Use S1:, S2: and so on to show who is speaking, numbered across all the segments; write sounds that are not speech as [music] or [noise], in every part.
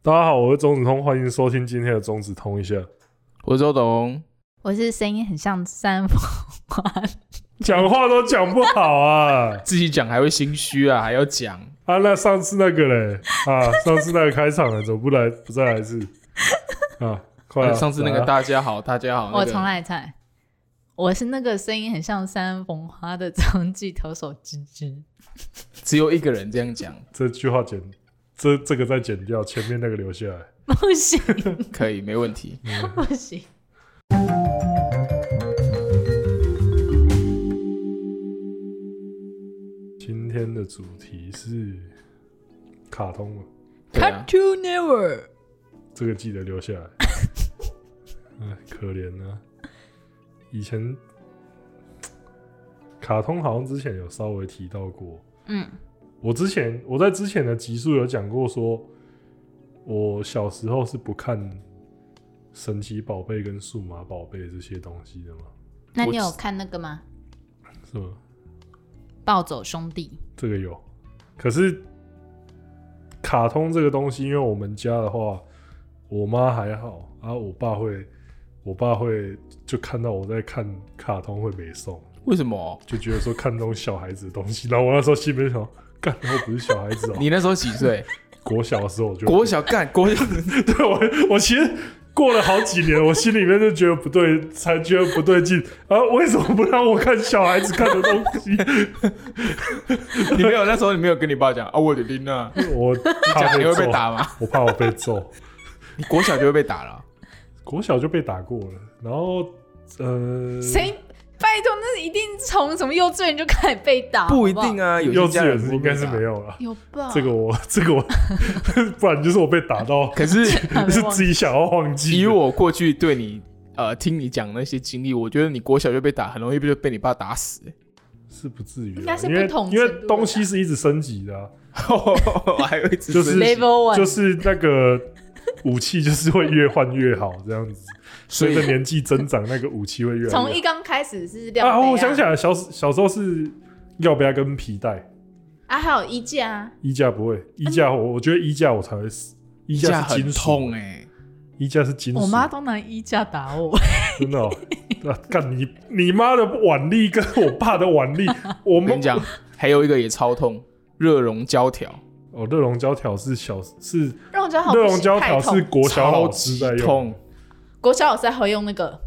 S1: 大家好，我是钟子通，欢迎收听今天的钟子通一下。
S2: 我是周董，
S3: 我是声音很像三凤凰，
S1: 讲话都讲不好啊！ [laughs]
S2: 自己讲还会心虚啊，还要讲。
S1: 啊，那上次那个嘞，
S2: [laughs]
S1: 啊，上次那个开场了，怎么不来不再来一次？啊，快啊！
S2: 哎上次那
S1: 来
S2: 个
S1: 啊
S2: 大家好，大
S3: [laughs]
S2: 家好，那
S3: 我重
S2: 个
S3: 来猜，我是那个声音很像三凤花的中继投手芝芝。
S2: 只有一个人这样讲，
S1: 这句话剪，这这个再剪掉，前面那个留下来。
S3: [laughs] 不行
S2: 可以没问
S3: [laughs]
S2: 题。
S1: 啊
S3: 不行，
S1: 今天的主题是卡通了，
S2: 对啊，
S3: Cartoon Network
S1: 这个记得留
S2: [laughs]
S1: 下来。哎，可怜啊！以前卡通好像之前有稍微提到过，
S3: 嗯，
S1: 我之前我在之前的集数有讲过说我小时候是不看神奇宝贝跟数码宝贝这些东西的嘛，
S3: 那
S2: 我
S3: 你有
S2: 只
S3: 看那个吗？
S1: 是吗？
S3: 暴走兄弟，
S1: 这个有，可是卡通这个东西，因为我们家的话，我妈还好啊，我爸会，我爸会就看到我在看卡通会没送，
S2: 为什么？
S1: 就觉得说看这种小孩子的东西，然后我那时候心里面想，干，我不是小孩子哦、
S2: 你那时候几
S1: [laughs]
S2: 岁？
S1: 国小的时候我就
S2: 国小干国小，
S1: 对 [laughs] 我，我其实过了好几年，我心里面就觉得不对，才觉得不对劲啊！为什么不让我看小孩子看的东西？
S2: [laughs] 你没有那时候你没有跟
S1: [laughs]
S2: 你爸讲啊， [laughs] 我的琳娜，
S1: 我怕
S2: 讲
S1: 被
S2: 你会被
S1: 揍，
S2: 打吗？
S1: 我怕我被揍。
S2: 你国小就会被打了。
S1: 国小就被打过了，然后呃，
S3: 谁？拜托，那一定从什么幼稚园就开始被打，
S2: 不一定
S3: [laughs] 啊，
S2: 啊，有
S1: 幼
S2: 些家
S1: 稚园
S2: 人
S1: 是
S2: 不
S1: 应该是
S2: 会打
S1: 没。有了。
S3: 有吧？
S1: 这个我，这个我， [laughs] 不然就是我被打
S3: [laughs]
S1: 到 [laughs]
S2: 可是
S3: 还没
S1: 是
S3: 忘
S1: 自己想要忘记
S2: 以
S1: 的。
S2: 我过去对你呃听你讲那些经历，我觉得你国小就被打，很容易被被你爸打死。 [laughs]
S1: 是不至于啊，
S3: 应该是
S1: 因为
S3: 不同
S1: 因
S3: 程度
S1: 为
S3: 的
S1: 东西是一直升级的啊、
S2: 我还会
S1: 就
S2: 就是
S3: Level One
S1: 就是那个武器就是会越换越好这样
S3: [laughs]
S1: 子，
S2: 所
S1: 随
S2: 以
S1: 着年纪增长，那个武器会越来越好
S3: 从一刚开始是廖
S1: 啊，
S3: 杯
S1: 我想起来了，小时小时候是要不要跟皮带，
S3: 啊，还有衣架啊，
S1: 衣架不会，衣架我我觉得衣架我才会死，衣
S2: 一下
S1: 是金
S2: 很
S1: 属
S2: 痛哎、
S1: 衣架是金属，
S3: 我妈都拿衣架打我，
S1: 真的哦，啊干你你妈的腕力跟我爸的腕
S3: [laughs]
S1: 力，我
S2: 我跟
S1: 们
S2: 你讲，还有一个也超痛，热熔胶条，
S1: 哦热熔胶条是小是
S3: 让我觉得好
S1: 热
S3: 不
S1: 熔
S3: 行
S1: 胶
S3: 太
S1: 条
S3: 痛
S1: 是国小
S2: 超
S1: 老师
S2: 级
S1: 在用，
S2: 痛，
S3: 国小老师还会用那个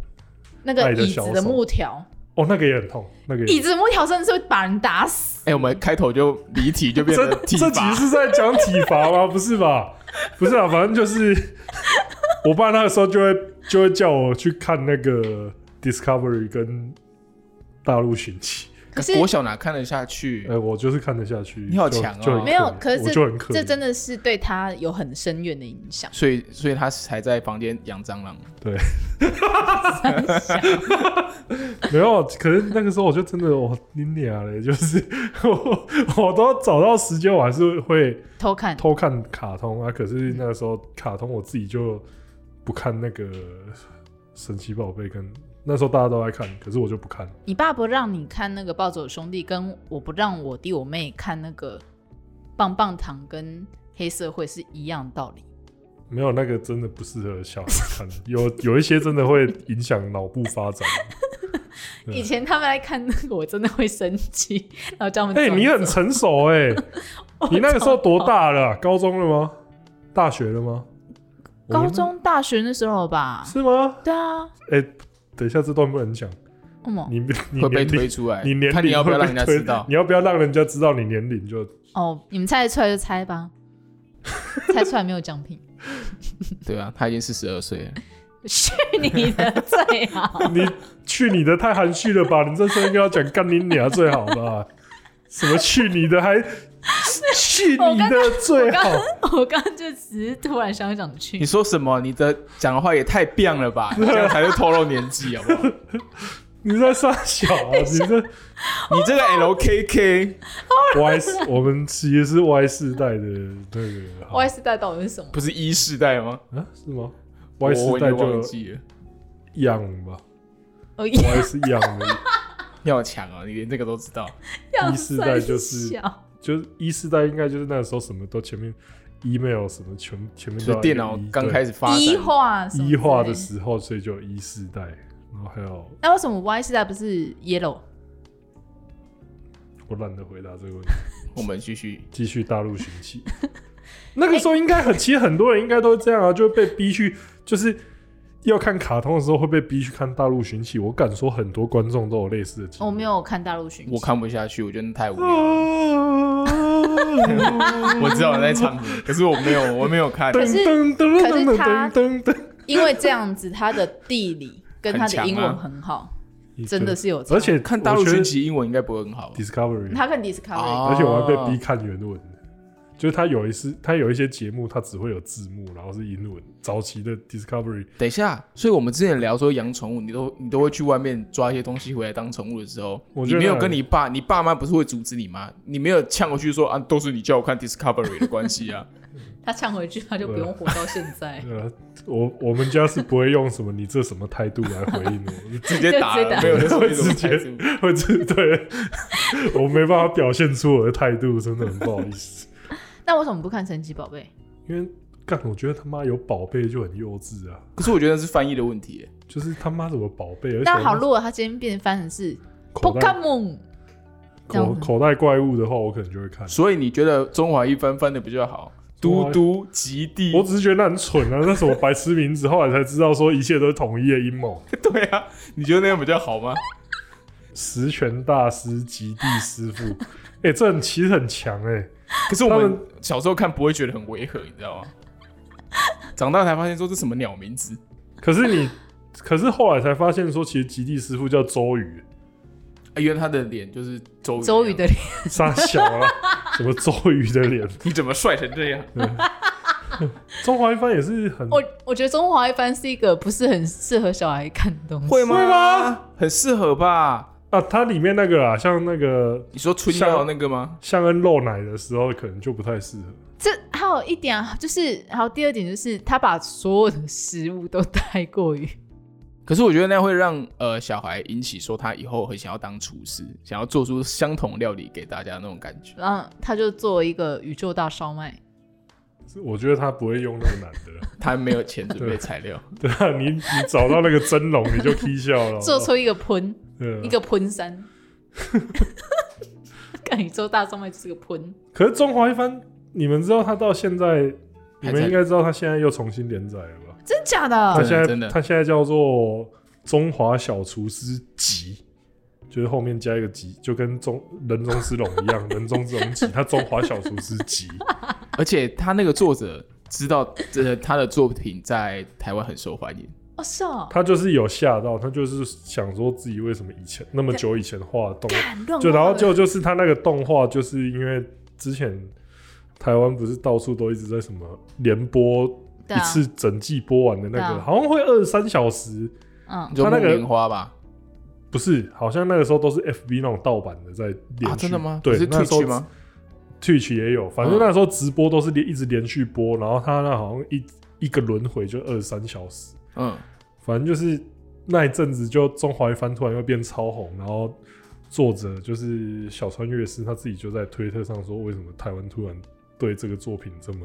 S3: 那个
S1: 爱的
S3: 椅
S1: 小
S3: 子的
S1: 手
S3: 木条，
S1: 哦那个也很痛，那个也很痛
S3: 椅子的木条真的是会把人打死。
S2: 哎、我们开头就离题，就变成
S1: 这
S2: 体
S1: 这集
S2: 罚。
S1: 是在讲体罚吗？ [laughs] 不是吧？不是啊，反正就是我爸那个时候就会就会叫我去看那个 Discovery 跟大陆寻奇，
S3: 可是
S2: 国小哪看得下去？
S1: 呃，我就是看得下去。
S2: 你好
S1: 就
S2: 强哦。
S1: 就很
S3: 没有
S1: 怜
S3: 可是
S1: 我就很可
S3: 这真
S1: 的
S3: 的是对他有很深远的影响
S2: 所以，所以他才在房间养蟑螂。
S1: 没有。可是那个时候我就真的我你娘嘞，就是 [laughs] 我我都找到时间，我还是会
S3: 偷看
S1: 偷看卡通啊。可是那个时候卡通我自己就不看那个神奇宝贝，跟那时候大家都在看，可是我就不看。
S3: 你爸不让你看那个《暴走兄弟》，跟我不让我弟我妹看那个棒棒糖跟黑社会是一样的道理。
S1: 没有那个真的不适合小孩看，有 [laughs] 有一些真的会影响脑部发
S2: [laughs]
S1: 展。对
S3: 以前他们来看那个，我真的会生气，然后叫他们
S1: 哎、
S3: 装
S1: 你
S3: 走
S1: 很成熟哎、
S2: [laughs]
S1: 你那个时候多？大了啊、高中了吗？大学了吗？
S3: 我超高中、啊大学那时候吧。
S1: 是吗？哎
S3: 对啊，哦
S1: 等一下这段不能讲，
S3: 为什么？
S1: 你 [laughs] 你
S2: 会被
S1: 年
S2: 推
S1: 龄，
S2: 出来，
S1: 你年
S2: 看
S1: 龄
S2: 你要不要
S1: 会
S2: 让
S1: 被
S2: 人家
S1: 推
S2: 知道
S1: 你？要不要让人家知道你年龄就？
S3: 哦，你们猜得出来就猜 [laughs] 吧，猜出来没有奖品，
S2: 对啊，他已经四十二岁了。
S3: 去你的最好。
S1: 你去你的太含蓄了吧？你这时候应该要讲干你娘最好吧？什么去你的还去你的最好？
S3: [laughs] 我刚刚就只是突然想想去
S2: 你，说什么？你的讲的话也太棒了
S1: [laughs]
S2: 吧？这样才是透露年纪好不好？
S1: 你在撒小啊？
S3: [laughs]
S1: 你这
S2: 你这个 LKK
S1: Y 世，我们其实是 Y 世代的那个好
S3: 外世代到底是什么？
S2: 不是一世代吗？
S1: 啊，是吗
S2: 我
S1: ？Y 世
S2: 我已
S1: 代
S2: 经忘
S1: 就
S2: 记了。
S1: young 吧
S3: 哦，
S1: ，Y 是 young 的，
S2: 你好强哦，你连这个都知道。
S3: 要
S1: 一世代
S3: 算
S1: 就是
S3: 小
S1: 就是一世代应该就是那个时候什么都前面 email 什么全前面都
S2: 就是
S1: 要
S2: 电脑
S1: 一
S2: 刚
S1: 对
S2: 开始发展，
S3: 一化什么
S1: 一化
S3: 之
S1: 的
S3: 类
S1: 时候，所以就有一世代，然后还有
S3: 那为什么 Y 世代不是 yellow？
S1: 我懒得回答这个问题，
S2: 我们继续。
S1: 继续大陆寻
S3: [laughs]
S1: 奇。那
S3: 哎
S1: 个时候应该很，其实很多人应该都这样啊，就被逼去，就是要看卡通的时候会被逼去看大陆寻奇。我敢说很多观众都有类似的经历。
S3: 哦我没有看大陆巡，
S2: 我看不下去，我觉得太无聊了。
S1: [laughs] 啊。
S2: 我知道你在唱歌，可是我没有，我没有看。
S1: 噔
S3: 是
S1: 噔噔
S3: 可
S1: 噔
S3: 是他
S1: 噔噔噔，
S3: 因为这样子，他的地理跟他
S2: 很
S3: 的
S2: 强啊
S3: 英文很好，真的是有差。
S1: 而且
S2: 看大陆
S1: 我觉得
S2: 全集英文应该不会很好吧。
S1: Discovery，
S3: 他看 Discovery，、
S2: 啊
S1: 而且我还被逼看原文。就是他有一次，他有一些节目，他只会有字幕，然后是英文。早期的 Discovery
S2: 等一下，所以我们之前聊说养宠物，你都你都会去外面抓一些东西回来当宠物的时候，
S1: 我
S2: 你
S1: 觉得，
S2: 没有跟你爸，你爸妈不是会阻止你吗？你没有呛回去说啊，都是你叫我看 Discovery 的关系啊。
S3: 他唱回去，他就不用活到现在
S1: [laughs] 呃，我我们家是不会用什么你这什么态度来回应我，
S2: 直接打
S3: 就直接打
S2: 了，没有就是那
S1: 直
S2: 种
S1: 接
S2: 态度。
S1: [laughs] 我只对我没办法表现出我的态度，真的很不好意思。
S3: 那为什么不看神奇宝贝？
S1: 因为干，我觉得他妈有宝贝就很幼稚啊，
S2: 可是我觉得那是翻译的问题耶，
S1: 就是他妈什么宝贝，而且
S3: 那好，如果他今天变成翻成是
S1: 口袋
S3: Pokemon，这样
S1: 口
S3: 子
S1: 口袋怪物的话，我可能就会看。
S2: 所以你觉得中华一番翻的比较好？
S1: 中华
S2: 嘟嘟极地，
S1: 我只是觉得那很蠢啊，那什么白痴名字，后来才知道说一切都是统一的阴谋。
S2: 对啊，你觉得那样比较好吗？
S1: 十全大师、极地师傅， [laughs] 哎、这很其实很强哎、
S2: 可是我
S1: 他
S2: 们
S1: 们
S2: 小时候看不会觉得很违和，你知道吗？长大才发现说这什么鸟名字
S1: 可是你，可是后来才发现说，其实极地师傅叫周瑜，
S2: 啊，因为他的脸就是周瑜
S3: 周瑜
S2: 的
S3: 的脸，
S1: 傻小
S3: [laughs]
S1: 了，什么周瑜的脸？
S2: 样子，你怎么帅成这样？
S1: 中华一番也是很，
S3: 我我觉得中华一番是一个不是很适合小孩看的东西。
S2: 会吗？会吗？很适合吧？
S1: 啊，它里面那个啊，像那个
S2: 你说春药那个吗？
S1: 向恩露奶的时候，可能就不太适合。
S3: 这还有一点啊，就是还有第二点就是他把所有的食物都带过于
S2: 可是我觉得那样会让呃小孩引起说他以后很想要当厨师，想要做出相同料理给大家那种感觉。
S3: 然后他就做一个宇宙大烧麦，
S1: 我觉得他不会用那个男的啦， [laughs]
S2: 他没有钱准备材 [laughs] 料，
S1: 对啊，你你找到那个真龙，你就踢笑了，
S3: [laughs] 做出一个喷，
S1: 对啊
S3: 一个喷山。 [laughs] 干宇宙大烧麦就是个喷，
S1: 可是中华一番，你们知道他到现在，你
S2: 还在
S1: 们应该知道他现在又重新连载了吧？
S3: 真假的
S1: 他？现在
S2: 啊真的
S1: 他现在叫做《中华小厨师集》，就是后面加一个“集”，就跟中人中之龙一样，人中之龙集，他中华小厨师集。
S2: 而且他那个作者知道呃他的作品在台湾很受欢迎，
S3: 哦，是哦，
S1: 他就是有吓到，他就是想说自己为什么以前那么久以前画的动画，
S3: 干乱
S1: 就然后
S3: 画
S1: 就就是他那个动画，就是因为之前台湾不是到处都一直在什么连播
S3: 对
S1: 一
S3: 啊
S1: 次整季播完的那
S3: 对
S1: 个，
S3: 啊
S1: 好像会二十三小时，
S3: 嗯
S2: 你，说
S1: 他那
S2: 木
S1: 个
S2: 棉花吧？
S1: 不是，好像那个时候都是 FB 那种盗版的在连续、
S2: 啊，真的吗？
S1: 对
S2: 不，是
S1: 那时候
S2: Twitch 吗？
S1: ？Twitch 也有，反正
S2: 嗯
S1: 那时候直播都是连一直连续播，然后他那好像一一个轮回就二十三小时，
S2: 嗯，
S1: 反正就是那一阵子就中华一番突然又变超红，然后作者就是小川乐师他自己就在推特上说，为什么台湾突然对这个作品这么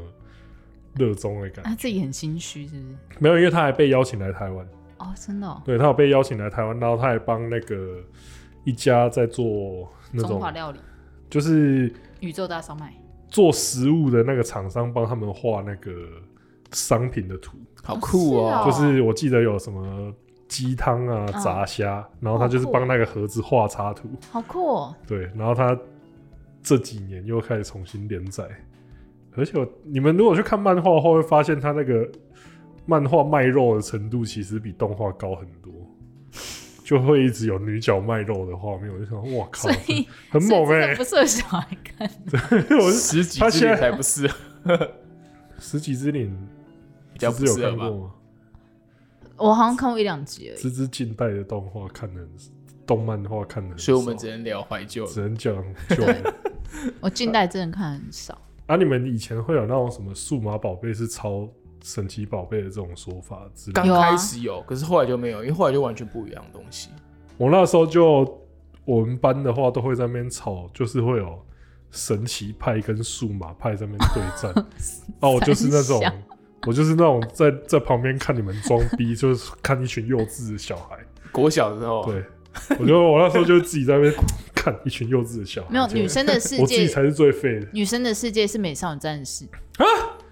S1: 热衷的感觉？
S3: 啊他自己很心虚是不是？
S1: 没有，因为他还被邀请来台湾。
S3: 哦，真的哦，
S1: 对他有被邀请来台湾，然后他还帮那个一家在做那
S3: 中
S1: 种
S3: 华料理
S1: 就是
S3: 宇宙大烧麦，
S1: 做食物的那个厂商帮他们画那个商品的图，
S2: 好酷哦！
S3: 哦
S1: 就是我记得有什么鸡汤啊、
S3: 嗯
S1: 炸虾，然后他就是
S3: 好酷哦
S1: 帮那个盒子画插图，
S3: 好酷哦，
S1: 对，然后他这几年又开始重新连载，而且我你们如果去看漫画的话，会发现他那个漫画卖肉的程度其实比动画高很多。就会一直有女角卖肉的画面，我就想，哇靠
S3: 所，以
S1: 很
S3: 所以
S1: 猛
S3: 真的
S1: 哎、
S3: 不适合小孩看。
S1: [laughs] 我是
S2: 十几
S1: 他
S2: 只
S1: 现在
S2: 才
S1: [laughs]
S2: 不是，
S1: 十几之灵，
S2: 比较
S1: 芝
S2: 不
S1: 芝
S2: 适
S1: 有
S2: 合
S1: 看
S2: 吧
S1: 过？吗？
S3: 我好像看过一两集而已。
S1: 芝芝近代的动画看的，动漫画看的，
S2: 所以我们只能聊怀旧了。
S1: 只能讲旧
S3: 对我近代真的看很少，
S1: 啊，你们以前会有那种什么数码宝贝是抄神奇宝贝的这种说法之类
S2: 刚
S1: 的？
S3: 有啊
S2: 开始有，可是后来就没有，因为后来就完全不一样的东西。
S1: 我那时候就我们班的话，都会在那边吵，就是会有神奇派跟数码派在那边对战，
S3: [laughs]
S1: 哦，我就是那种，我就是那种在在旁边看你们装逼，就是看一群幼稚的小孩。
S2: 国小的时
S3: 哦
S2: 候，
S1: 对，我觉得我那时候就自己在那边看一群幼稚的小孩。
S3: 没有
S1: 结果
S3: 女生的
S1: [laughs]
S3: 世
S1: 我自己
S3: 界，
S1: 才是最废的。
S3: 女生的世界是美少女战士，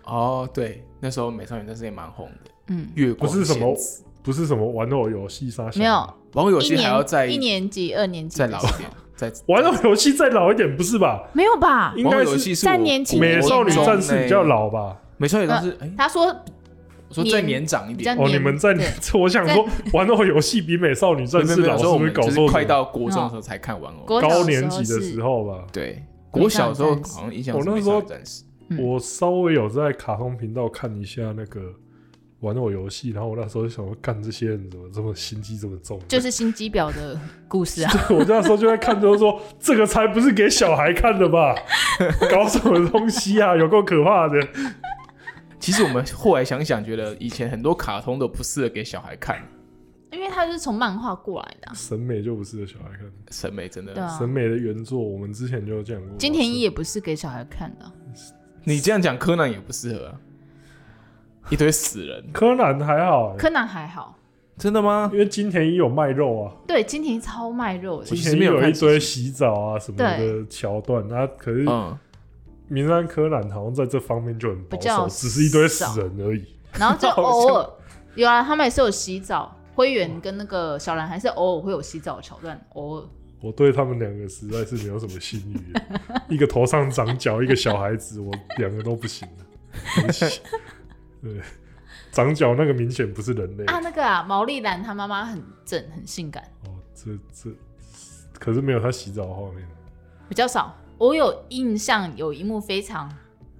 S2: 哦，对，那时候美少女战士也蛮红的，
S3: 嗯，
S2: 月
S1: 不
S2: 光
S1: 是什么
S2: 仙子，
S1: 不是什么玩偶游戏啥小孩，
S3: 没有，
S2: 网络游
S3: 一
S2: 戏还
S3: 年
S2: 要再
S3: 一年级、二年级
S2: 再
S3: 的
S2: 老
S3: 时候
S2: 一点，
S1: [laughs]
S2: 再
S1: 玩偶游戏再老一点不是吧？
S3: 没有吧？
S1: 应
S2: 网
S1: 该
S2: 络游
S1: 是
S2: 戏是
S3: 在
S2: 我欸
S3: 年轻
S1: 美
S3: 一点
S1: 少女
S3: 呢
S1: 战士比较，老吧？
S2: 美少女战士，哎，
S3: 他说
S2: 我说再年长一
S3: 比较
S2: 点，
S1: 哦，
S3: 呃年
S1: 你们在
S3: 对，
S1: [laughs] 我想说玩偶游戏比美少女战
S2: 哦没有
S1: 士
S2: 没有
S1: 老，
S2: 我说我
S1: 是不
S2: 们
S1: 搞
S2: 就是
S1: 错？
S2: 快到国中的时候才看玩偶，
S3: 哦国小
S1: 高
S3: 的时
S1: 年
S3: 候
S1: 级的
S3: 是
S1: 时候吧，
S2: 对，国小的时候
S3: 美少女战士
S2: 好像印象
S1: 我
S2: 是
S1: 那
S2: 美
S1: 时候
S2: 少女战士，
S3: 嗯
S1: 我稍微有在卡通频道看一下那个玩偶游戏，然后我那时候就想说，干这些人怎么这么心机这么重？
S3: 就是心机婊的故事啊。 [laughs]
S1: [laughs] 我那时候就在看，就是说这个才不是给小孩看的吧？搞什么东西啊？有够可怕的！
S2: 其实我们后来想想，觉得以前很多卡通都不适合给小孩看，
S3: 因为他是从漫画过来的啊、
S1: 审美就不适合小孩看，
S2: 审美真的
S3: 对。啊
S1: 审。美的原作我们之前就有讲过。
S3: 金田一也不是给小孩看的啊，
S2: 你这样讲，柯南也不适合啊，一堆死人，
S1: 柯南还好、欸，
S3: 柯南还好。
S2: 真的吗？
S1: [laughs] 因为金田一有卖肉啊，
S3: 对，金田一超卖肉的
S2: 我，
S1: 金
S2: 其
S1: 田
S2: 实
S1: 一
S2: 没有
S1: 有
S2: 看
S1: 一堆
S2: 其实
S1: 洗澡啊什么的桥段，那、可是
S2: 嗯， [laughs]
S1: 名侦探柯南好像在这方面就很保
S3: 比
S1: 守，
S3: 较
S1: 只是一堆
S3: 少
S1: 死人而已。
S3: 然后
S1: [laughs]
S3: 就
S2: 好像
S3: 偶尔有啊，他们也是有洗澡。灰原跟那个小兰还是偶尔会有洗澡的桥段，偶尔
S1: 我对他们两个实在是没有什么信誉， [laughs] 一个头上长角，一个小孩子， [laughs] 我两个都不行了。对不起 [laughs] 对，长角那个明显不是人类、
S3: 啊，那个啊，毛利兰她妈妈很正，很性感，
S1: 哦，这这可是没有他洗澡的画面。
S3: 比较少。我有印象有一幕非常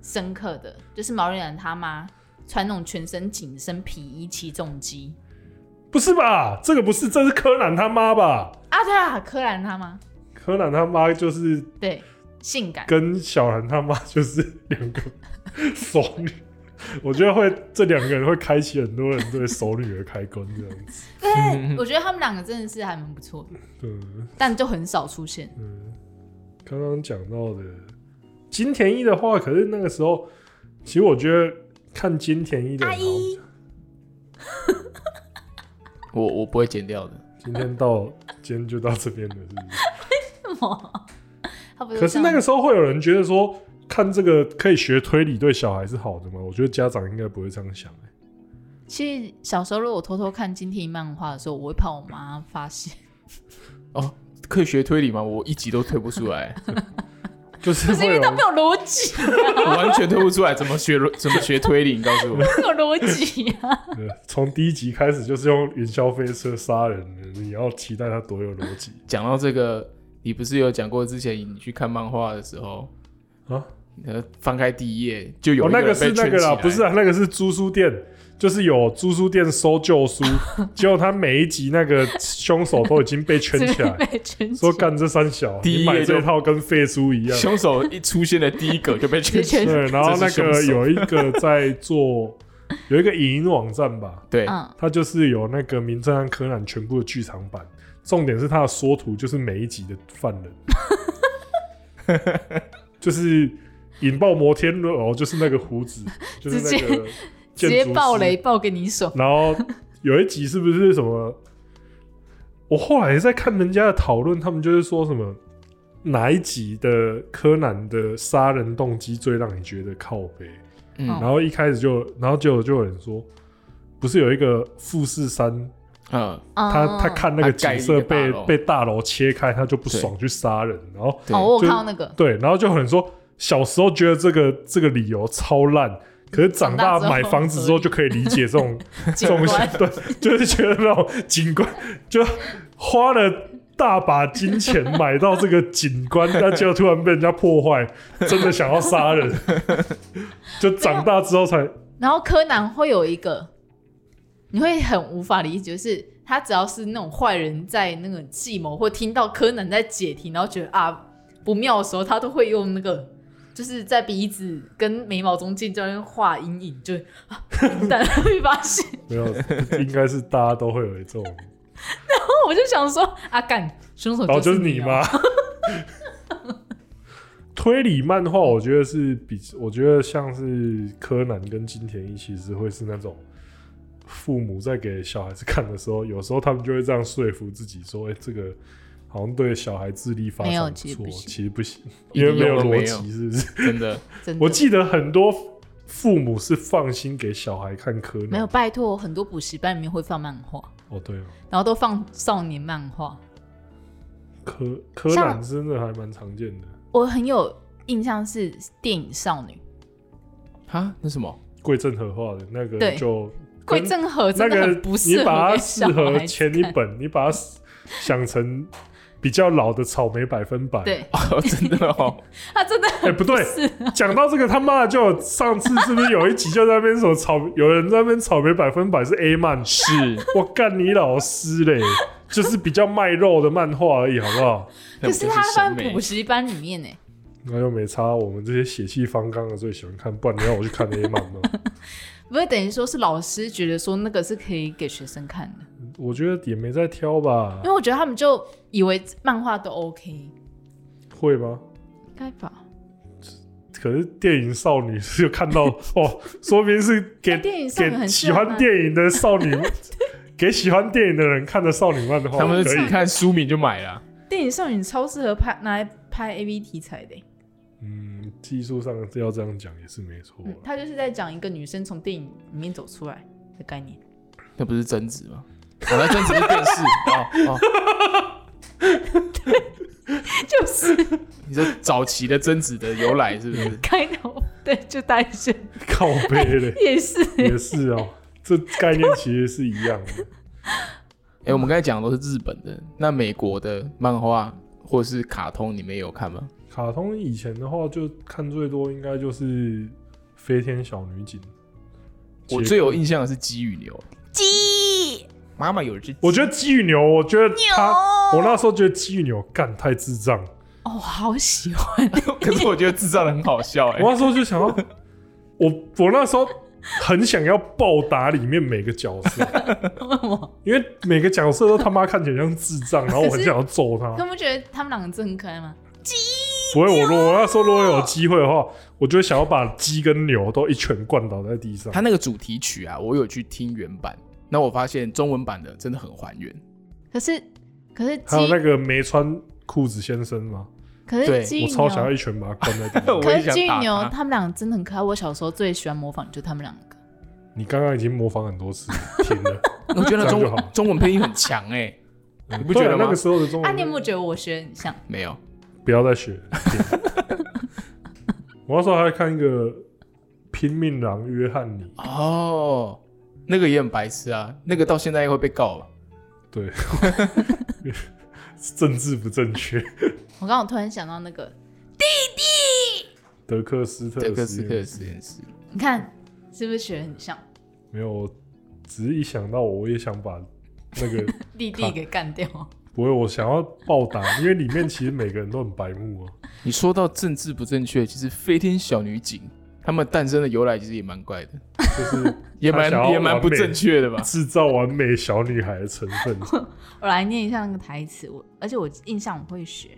S3: 深刻的，就是毛利兰她妈穿那种全身紧身皮衣起重机
S1: 不是吧？这个不是，这是柯南他妈吧？
S3: 啊，对啊，柯南他妈
S1: 柯南他妈就是
S3: 对性感，
S1: 跟小兰他妈就是两个熟女，我觉得会这两个人会开启很多人对熟女的开关这样子。 [laughs]
S3: 对，我觉得他们两个真的是还蛮不错的，
S1: 嗯。
S3: 但就很少出现。
S1: 嗯，刚刚讲到的金田一的话，可是那个时候，其实我觉得看金田一的人
S3: 阿姨
S1: 好，
S2: 我我不会剪掉的。
S1: 今天到今天就到这边了，是不
S3: [laughs]
S1: 是？
S3: 什么？他不
S1: 可是
S3: 这样
S1: 那个时候会有人觉得说，看这个可以学推理对小孩是好的吗？我觉得家长应该不会这样想、欸。
S3: 其实小时候，如果我偷偷看金田一漫画的时候，我会怕我妈发现。
S2: 可以学推理吗？我一集都推不出来，
S1: 就是会哦有，
S3: 有逻辑，
S2: 我完全推不出来，怎么学怎么学推理？你告诉我，
S3: 没有逻辑
S1: [laughs]
S3: 啊！
S1: 呃从第一集开始就是用云霄飞车杀人的，你要期待他多有逻辑
S2: 讲到这个，你不是有讲过之前你去看漫画的时候，
S1: 啊！
S2: 呃，翻开第一页就有
S1: 哦
S2: 一，
S1: 那
S2: 人
S1: 个
S2: 被
S1: 是那
S2: 圈起
S1: 个啦，
S2: 来，
S1: 不
S2: [laughs]
S1: 是啊，那个是租书店，就是有租书店收旧书，结果他每一集那个凶手都已经被圈起来，
S3: 被圈起
S1: 说
S3: 来，
S1: 干这三小，
S2: 第一
S1: 你买
S2: 页就
S1: 这套跟废书一样。
S2: 凶手一出现的第一个就被圈起来，
S1: 对，然后那
S2: 这是
S1: 个
S2: 凶手
S1: 有一个在做，有一个影音网站吧，
S2: 对，
S3: 嗯，
S1: 它就是有那个《名侦探柯南》全部的剧场版，重点是它的缩图就是每一集的犯人，
S3: [laughs]
S1: 就是引爆摩天楼，就是那个胡
S3: [laughs]
S1: 子，就是那个
S3: 直
S1: 建
S3: 接
S1: 筑
S3: 爆
S1: 师
S3: 雷爆给你手。
S1: 然后有一集是不是什么？我后来在看人家的讨论，他们就是说什么哪一集的柯南的杀人动机最让你觉得靠背？
S2: 嗯
S3: 哦
S1: 然后一开始就，然后就就有人说，不是有一个富士山，
S2: 嗯，
S1: 他
S3: 嗯
S1: 他看那个景色
S2: 他盖
S1: 被
S2: 一个大楼
S1: 被大楼切开，他就不爽去杀人，然后
S2: 嗯对
S3: 哦，我有
S1: 就
S3: 看
S1: 是
S3: 到那个，
S1: 对，然后就有人说小时候觉得这个这个理由超烂，可是长大
S3: 长大之后
S1: 买房子之后就可以理解这种这
S3: 警
S1: 种
S3: 官
S1: 对，就是觉得那种警官就花了大把金钱买到这个警官，但结果突然被人家破坏，真的想要杀人， [laughs] 就长大之后才
S3: [laughs] 然后柯南会有一个，你会很无法理解，就是他只要是那种坏人在那个计谋，或听到柯南在解题，然后觉得啊不妙的时候，他都会用那个。就是在鼻子跟眉毛中间这边画阴影，就啊， [laughs] 完蛋了被发现。 [laughs]
S1: 没有，应该是大家都会有这种，哦
S3: 我就想说，啊，干凶手、
S1: 然后就是是你
S3: 哦
S1: 妈。 [laughs] 推理漫画，我觉得是比，我觉得像是柯南跟金田一，其实会是那种父母在给小孩子看的时候，有时候他们就会这样说服自己说：“哎、这个好像对小孩智力发
S3: 没有
S1: 展
S3: 其实
S1: 错。”
S3: 不行
S1: 其实不行，
S2: 一
S1: 因为
S2: 点
S1: 没有
S2: 用都
S1: 逻
S2: 没
S1: 辑，
S2: 有，
S1: 是不是？
S2: 真的。 [laughs]
S3: 真的。
S1: 我记得很多父母是放心给小孩看柯南，
S3: 没有拜托，很多补习班里面会放漫画，
S1: 哦，对哦，
S3: 然后都放少年漫画。
S1: 柯柯
S3: 像
S1: 南真的还蛮常见的，
S3: 我很有印象是电影少女，
S2: 哈，那什么？ [laughs]
S1: 桂正和画的那个
S3: 对
S1: 就
S3: 桂
S1: 跟
S3: 正和
S1: 那
S3: 真的
S1: 个
S3: 很不适
S1: 你
S3: 合
S1: 把它
S3: 给
S1: 适
S3: 小
S1: 合
S3: 孩子
S1: 前一本，你把它想成比较老的草莓百分百。，
S3: 对，
S2: 哦，真的哦，
S3: 他真的
S1: 哎、不对，
S3: 是
S1: [laughs] 讲到这个他妈的就有上次是不是有一集就在那边什么草，有人在那边草莓百分百是 A 漫，
S2: 是。
S1: 我干你老师嘞，就是比较卖肉的漫画而已，好不好？
S2: 那
S3: [laughs]
S2: 不
S3: 可是
S2: 就
S3: 他
S2: 审
S3: 放
S2: 美
S3: 补习班里面欸呢、
S1: 那又没差，我们这些血气方刚的最喜欢看，不然你让我去看 A 漫吗？ [laughs]
S3: 不是等于说是老师觉得说那个是可以给学生看的，
S1: 我觉得也没在挑吧
S3: 因，为我觉得他们就以为漫画都 OK，应
S1: 会吗？
S3: 该吧？
S1: 可是电影少女是有
S3: [laughs]
S1: 看到哦，说明是给
S3: 那电影少女
S1: 给
S3: 很
S1: 喜
S3: 适合
S1: 欢
S3: 吗
S1: 电影的少
S3: [laughs]
S1: 女，给喜欢电影的人看的少女漫画，
S2: 他
S1: 哦
S2: 们就
S1: 可
S2: 自己
S1: 以。
S2: 看书名就买了啊。
S3: 电影少女超适合拍拿来拍 A V 题材的欸、
S1: 嗯，技术上要这样讲也是没错啦。啊
S3: 嗯，他就是在讲一个女生从电影里面走出来的概
S1: [laughs]
S3: 念。
S2: 那不是贞子吗？啊，那贞子是电视哦哦，
S3: [laughs] 就是
S2: 你说早期的贞子的由来是不是？
S3: 开头，对，就大一些，
S1: [laughs] 靠背嘞
S3: [laughs] 也是
S1: 也是哦，这概念其实是一样的。 [laughs]
S2: 哎、我们刚才讲的都是日本的，那美国的漫画或是卡通，你们也有看吗？
S1: 卡通以前的话，就看最多应该就是《飞天小女警》。
S2: 我
S1: 杰
S2: 最有印象的是鸡与牛，
S3: 鸡
S2: 妈妈有一只，
S1: 我觉得鸡与牛，我觉得他，我
S3: 牛。
S1: 那时候觉得鸡与牛干太智障了。
S3: 哦，我好喜欢，
S2: 可是我觉得制造的很好笑哎、
S1: 我那时候就
S2: [laughs]
S1: 想要，我我那时候很想要暴打里面每个角
S3: [laughs]
S1: 色，因为每个角色都他妈看起来像智
S3: [laughs]
S1: 障，然后我很想要揍他
S3: 他。们觉得他们两个真的很可爱吗？
S1: 不会，我如
S3: 啊
S1: 果我那时候如果有机会的话，我就会想要把鸡跟牛都一拳灌倒在地上
S2: 他。那个主题曲啊，我有去听原版，那我发现中文版的真的很还原。
S3: 可是，可是鸡
S1: 还，有那个没穿裤子先生嘛，
S3: 可
S2: 对
S3: 是鸡
S1: 我
S3: 与
S1: 超想要
S3: 牛，
S1: 一拳把他灌在地上。
S2: [laughs] 我
S3: 可哦
S2: 也
S3: 是
S2: 想
S3: 鸡与
S2: 打
S3: 牛
S2: 他，
S3: 他们两个真的很可爱。我小时候最喜欢模仿就他们两个，
S1: 你刚刚已经模仿很多
S3: [laughs]
S1: 次，停了。
S2: 我觉得中
S1: 这样就
S2: [laughs]
S1: 好
S2: 文中文配音很强哎、 [laughs] 你不
S1: 对
S2: 觉
S1: 啊
S2: 得吗？
S1: 那个时候的中
S3: 啊，
S1: 文
S3: 你有没有觉得我学得很像？
S2: 没有，
S1: 不要再学了。 [laughs] 我那时候还看一个《拼命狼约翰尼》，
S2: 哦，那个也很白痴啊，那个到现在会被告吧？啊
S1: 对，政治不正
S2: [laughs]
S1: 确。
S3: 我刚刚突然想到那个，
S1: 德克斯特
S2: 德克
S1: 实
S2: 斯
S1: 验
S2: 特
S1: 室
S2: 实验室，
S3: 你看是不是学得很像？
S1: 没有，我只是一想到我，我也想把那个 [laughs]
S3: 弟弟给干掉，
S1: 不会，我想要暴打，因为里面其实每个人都很白目啊。
S2: 你说到政治不正确，其实飞天小女警他们诞生的由来其实也蛮怪的， [laughs]
S1: 就是
S2: 也蛮
S1: 想要
S2: 也蛮不正确 [laughs] 的吧？
S1: 制造完美小女孩的成分，
S3: 我来念一下那个台词，我而且我印象我会学，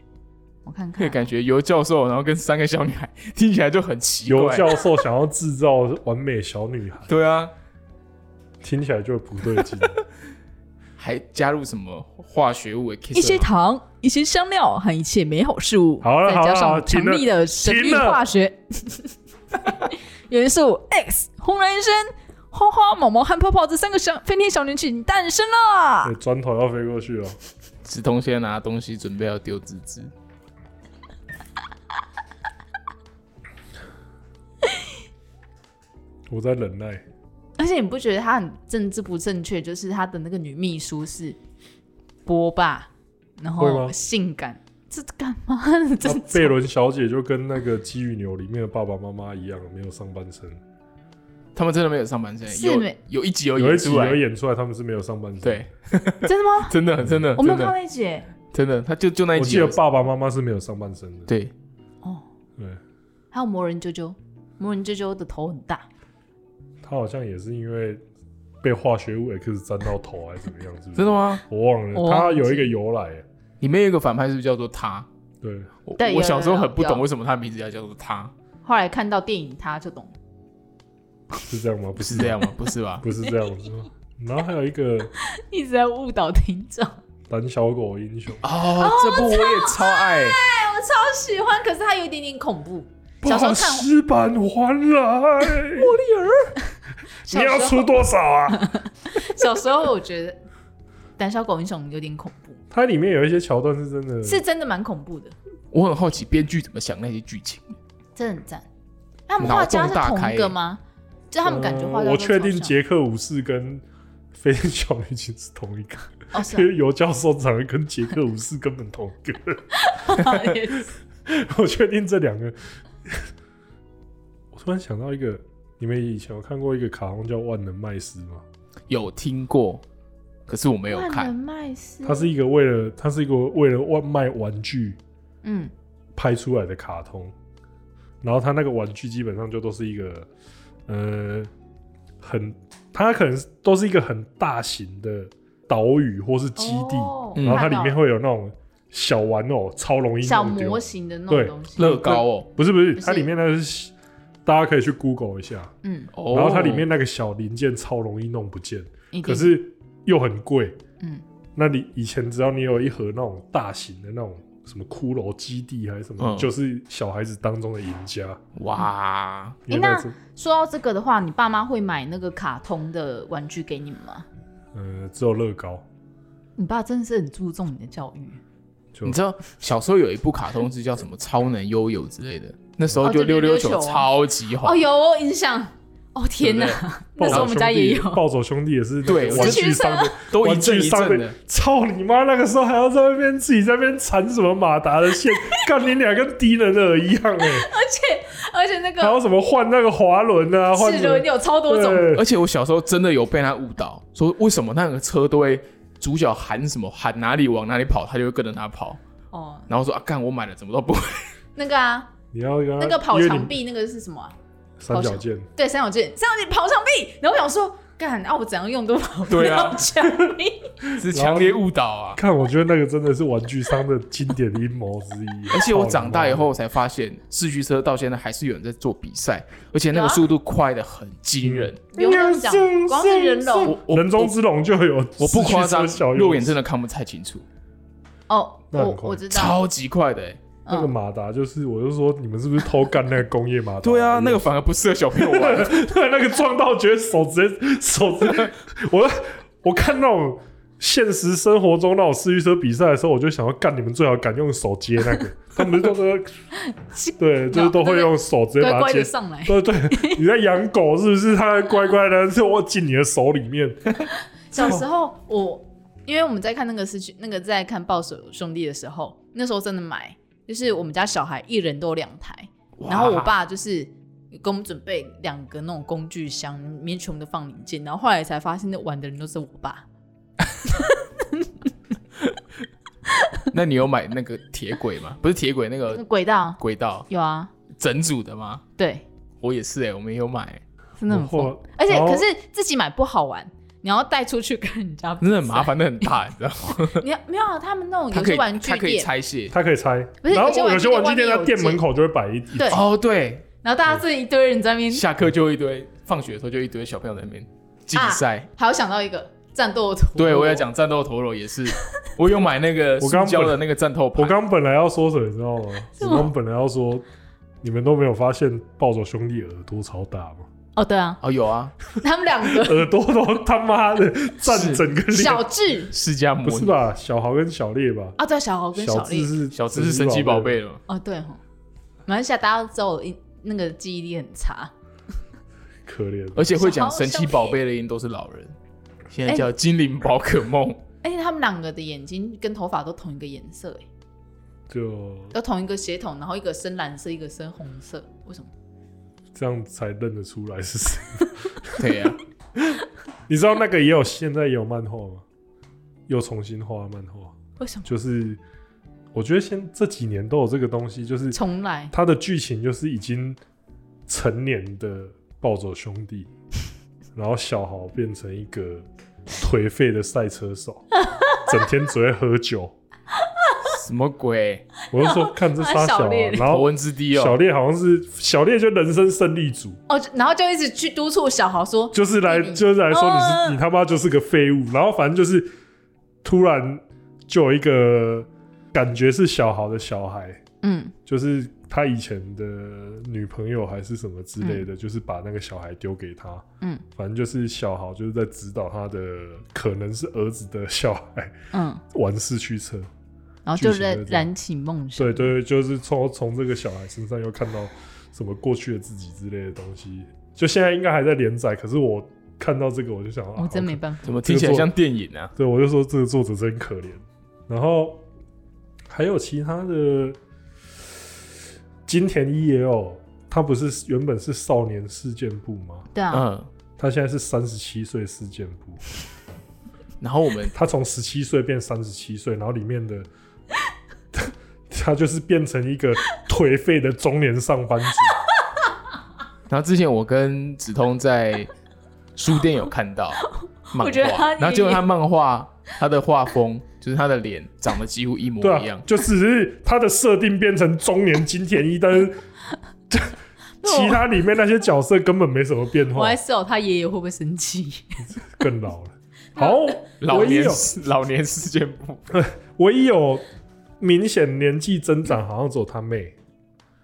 S3: 我看
S2: 那
S3: 看
S2: 个。感觉尤教授，然后跟三个小女孩，听起来就很奇
S1: 尤
S2: 怪。
S1: 教授想要制造完美小女孩，
S2: 对啊，
S1: 听起来就不对
S2: [laughs]
S1: 劲。
S2: 还加入什么化学物的欸 kiss？
S3: 一些糖，一些香料和一切美好事物，
S1: 好了
S3: 再加
S1: 好了好了
S3: 上
S1: 停
S3: 强
S1: 了
S3: 力的神秘
S1: 停了
S3: 化学 [laughs] 元素 X，轰然一声，花花、毛毛和泡泡这三个小飞天小女警诞生了
S1: 对。砖头要飞过去了，哦
S2: 梓潼现在拿东西准备要丢芝芝，
S1: 我在忍耐。
S3: 而且你不觉得他很政治不正确？就是他的那个女秘书是波霸，然
S1: 会吗
S3: 后性感，这干嘛？
S1: 那
S3: 这
S1: 贝伦小姐就跟那个鸡与牛里面的爸爸妈妈一样，没有上半身。
S2: 他们真的没有上半身，
S3: 是
S2: 有
S3: 没
S2: 有一集有
S1: 有一
S2: 演
S1: 集
S2: 出来
S1: 有，演出来，他们是没有上半身。，
S2: 对，
S3: 真的
S1: [laughs]
S3: 吗？
S2: 真的真的
S3: 我没
S2: 真
S3: 有看
S2: 的
S3: 那一集耶，
S2: 真的，他就就那一
S1: 我
S2: 集
S1: 记得
S2: 有，
S1: 爸爸妈妈是没有上半身的。
S2: 对，
S1: 对，
S3: 还有魔人啾啾，魔人啾啾的头很大，
S1: 他好像也是因为被化学物 X 沾到头
S3: [laughs]
S1: 还是怎么样，是不是？
S2: 真的吗？
S1: 我忘了，
S3: 我
S1: 他
S3: 忘记
S1: 有一个由来。
S2: 里面有一个反派是不是叫做他？
S1: 对，
S2: 我
S3: 对有
S2: 我小时候很不
S3: 有有
S2: 懂
S3: 有
S2: 为什么他名字要叫做他，
S3: 后来看到电影他就懂，
S1: 是这样吗？不
S2: 不是
S1: 是
S2: 这，样吗？不是吧？
S1: 不是这样子。
S3: [laughs]
S1: 然后还有一个
S3: [laughs] 一直在误导听众。
S1: 胆小狗英
S3: [laughs]
S1: 雄，
S2: 哦，这部我也超爱，
S3: 我超喜欢，可是它有一点点恐怖。小时候
S1: 把
S3: 看
S1: 石板还来，
S3: 小
S1: 你要
S3: 时
S1: 出
S3: 候
S1: 多少啊？
S3: 小时候我觉得《胆小狗英雄》有点恐怖，
S1: 它里面有一些桥段是真的，
S3: 是真的蛮恐怖的，
S2: 我很好奇编剧怎么想那些剧情。
S3: 真的很赞。他们画家是同一个吗？就他们感觉画家
S1: 呃
S3: 都
S1: 欸我确定
S3: 超像
S1: 杰克武士跟飞天小女警是同一个，
S3: 哦是
S1: [laughs] 因为尤教授长得跟杰克武士根本同一个。
S3: 啊也 [laughs] 是
S1: [laughs] 我确定这两个。我突然想到一个，你们以前有看过一个卡通叫《万能麦斯》吗？
S2: 有听过，可是我没有
S3: 万能
S2: 看。
S3: 麦斯，
S1: 它是一个为了它是一个为了外卖玩具
S3: 嗯
S1: 拍出来的卡通，然后它那个玩具基本上就都是一个呃很，它可能是都是一个很大型的岛屿或是基地，
S3: 哦
S2: 嗯
S1: 然后它里面
S3: 看到
S1: 会有那种小玩偶超容易
S3: 小
S1: 弄丢
S3: 模，型的那种
S1: 对
S3: 东西，
S2: 乐高哦，
S1: 不是不是，
S3: 不是
S1: 它里面那个是大家可以去 Google 一下，
S3: 嗯，
S2: 哦
S1: 然后它里面那个小零件超容易弄不见，
S3: 一定
S1: 可是又很贵。
S3: 嗯，
S1: 那你以前只要你有一盒那种大型的那种什么骷髅基地还是什么，
S2: 嗯
S1: 就是小孩子当中的赢家。
S2: 哇，
S1: 因为那
S3: 那
S1: 是
S3: 说到这个的话，你爸妈会买那个卡通的玩具给你们吗？
S1: 呃，只有乐高，
S3: 你爸真的是很注重你的教育，
S1: 就
S2: 你知道小时候有一部卡通是叫什么《超能悠悠》之类的，那时
S3: 哦
S2: 候就溜
S3: 对溜球
S2: 球
S3: 啊
S2: 超级
S3: 哦，
S2: 红。
S3: 有哦，印象。哦天哪
S2: 对，
S3: 那时候我们家也有
S1: 暴走兄弟也是那个
S2: 对我就
S1: 玩具上面，
S2: 都一
S1: 玩具
S2: 阵一
S1: 上
S2: 阵
S1: 面
S2: 的，，
S1: 操你妈！那个时候还要在那边自己在那边缠什么马达的
S3: [laughs]
S1: 线，干你俩跟低能儿一样哎、
S3: 而且而且
S1: 还
S3: 那个
S1: 有什么换那个滑轮啊，换
S3: 齿轮有超多种，
S1: 对
S2: 而且我小时候真的有被他误导，说为什么那个车都会主角喊什么喊哪里往哪里跑，他就会跟着他跑，
S3: 哦，
S2: 然后说啊干我买了怎么都不会， [laughs]
S3: 那个啊，
S1: 你要跟他
S3: 那个跑
S1: 约你
S3: 墙壁那个是什么啊？
S1: 三角剑，
S3: 对，三角剑，三角剑跑墙壁。然后我想说，干啊，我怎样用都跑不
S2: 对啊
S3: 到墙壁。
S2: 是强烈误导啊。
S1: [laughs] 看，我觉得那个真的是玩具商的经典阴谋之一。哦
S2: 而且我长大以后才发现，四驱车到现在还是有人在做比赛，而且那
S3: 有啊
S2: 个速度快的很惊人。
S3: 不用这样
S1: [laughs]
S3: 讲，光是人
S1: 送
S3: 龙
S2: 我
S1: 人中之龙就有，
S2: 我不夸张
S1: 四驱车小，
S2: 肉眼真
S1: 的
S2: 的看不太清楚，
S3: 哦，
S1: 那很
S3: 我
S1: 快
S3: 我知道，
S2: 超级快的、欸。
S1: 那个
S3: 嗯，
S1: 马达就是，我就说你们是不是偷干那个工业马达？
S2: [laughs] 对啊，那个反而不适合小朋友玩。
S1: [laughs] 那个撞到觉得手直接 [laughs] 手直接，我我看那种现实生活中那种四驱车比赛的时候，我就想要干你们最好敢用手接那
S3: [laughs]
S1: 个，他们都是对，就是都会用手直接
S3: 乖
S1: 把它
S3: 乖
S1: 接
S3: 的上
S1: [laughs]
S3: 来。
S1: 对对，你在养狗是不是？它乖乖的，是我进你的手里面。
S3: 小时候我，因为我们在看那个是去那个在看《暴走兄弟》的时候，那时候真的买，就是我们家小孩一人都有两台，然后我
S2: 哇
S3: 爸就是给我们准备两个那种工具箱，里面全部都放零件，然后后来才发现那玩的人都是我爸。
S2: 那你有买那个铁轨吗？不是铁轨，那
S3: 那
S2: 个
S3: 个轨道
S2: 轨道
S3: 有啊，
S2: 整组的吗？
S3: 对，
S2: 我也是哎、我们也有买欸、
S3: 真的很
S1: 然
S3: 疯
S1: 后，
S3: 而且
S1: 然后
S3: 可是自己买不好玩。你要带出去跟人家比
S2: 真
S3: 赛，
S2: 的很麻烦，那很大，你知道吗？
S3: [laughs] 你要没有啊他们那种
S2: 它
S3: 有
S2: 可
S3: 些
S2: 以，
S3: 玩
S2: 它
S3: 具
S2: 可以
S3: 店，
S2: 拆卸。
S1: 它可以拆，
S3: 不是
S1: 然后
S3: 有些玩
S1: 有些
S3: 具
S1: 玩具店
S3: 店外面
S1: 在
S3: 有
S1: 店门
S3: 街
S1: 口就会摆一一
S3: 对，
S2: 哦，对，
S3: 然后大家这一堆人在那边
S2: 下课就一堆，放学的时候就一堆小朋友在那边竞
S3: 啊
S2: 赛。
S3: 还有想到一个战斗图，
S2: 对，我要讲战斗陀螺也是，我有买那个
S1: 我
S2: 塑
S1: 刚
S2: 胶
S1: 本
S2: 的那个战斗
S1: 我
S2: 盘。
S1: 刚本来要说什么，你知道吗？
S3: 是
S1: 我
S3: 吗
S1: 刚本来要说，你们都没有发现暴走兄弟耳朵超大吗？
S3: 哦，对啊，
S2: 哦，有啊，
S3: 他们两个
S1: 耳朵都他妈的占
S2: 是
S1: 整个
S3: 小
S1: 脸，
S3: 智
S2: 释迦摩
S1: [laughs] 不是
S2: 尼，
S1: 吧？小豪跟小烈吧，
S3: 啊，对，小豪跟小
S1: 智
S3: 丽，
S1: 是
S2: 小智是神奇宝
S1: 贝，
S2: 贝了。
S3: 哦，对哈，马来西亚大家都知道我印那个记忆力很差，
S1: 可怜。
S2: 而且会讲
S3: 小豪
S2: 神奇宝贝的音都是老人，现
S3: 哎
S2: 在叫精灵宝可
S3: [laughs]
S2: 梦。
S3: 而且他们两个的眼睛跟头发都同一个颜色，哎，
S1: 就
S3: 都同一个血统，然后一个深蓝色，一个深红色，为什么？
S1: 这样才认得出来是谁。
S2: 对啊呀，
S1: 你知道那个也有现在也有漫画吗？又重新画漫画，
S3: 为什么？
S1: 就是我觉得现这几年都有这个东西，就是
S3: 重来，
S1: 它的剧情就是已经成年的暴走兄弟， [laughs] 然后小豪变成一个颓废的赛车手，整天只会喝酒，
S2: 什么鬼？
S1: 我就说看这仨小、
S3: 小
S1: 啊
S3: 烈，
S1: 然
S2: 头
S1: 后
S2: 文字 D
S1: 小
S2: 哦，
S1: 烈好像是小烈就人生胜利组，
S3: 哦，就然后就一直去督促小豪说，
S1: 就是来
S3: 嗯
S1: 就是来说你是、
S3: 嗯
S1: 你他妈就是个废物，然后反正就是突然就有一个感觉是小豪的小孩，
S3: 嗯
S1: 就是他以前的女朋友还是什么之类的，就是把那个小孩丢给他，
S3: 嗯
S1: 反正就是小豪就是在指导他的可能是儿子的小孩
S3: 嗯，
S1: 玩四驱车，
S3: 然后就
S1: 剧情
S3: 在
S1: 就这样
S3: 燃起梦想。
S1: 对，对，就是从从这个小孩身上又看到什么过去的自己之类的东西，就现在应该还在连载，可是我看到这个我就想，啊
S3: 我真
S1: 好可
S3: 没办法。
S2: 怎么听起来像电影啊？
S1: 对，我就说这个作者真可怜。然后还有其他的，金田一也有，他不是原本是少年事件部吗？
S3: 对啊，
S2: 嗯，
S1: 他现在是三十七岁事件部，
S2: 然后我们
S1: 他从十七岁变三十七岁，然后里面的他就是变成一个颓废的中年上班族。
S2: 然后之前我跟子通在书店有看
S3: [laughs]
S2: 到漫
S3: 我觉得
S2: 画
S3: 他，
S2: 然后结果他漫画他的画风就是他的脸长得几乎一模
S1: 对
S2: 一样
S1: 啊，，就只是他的设定变成中年金田一，但是 [laughs] 其他里面那些角色根本没什么变化。
S3: 我还思考他爷爷会不会生气。
S1: [laughs] 更老
S3: [laughs]
S1: 了。好，
S2: 老
S1: 唯一
S2: 年
S1: 有
S2: 老年事件部
S1: 唯一有明显年纪增长，好像只有他妹，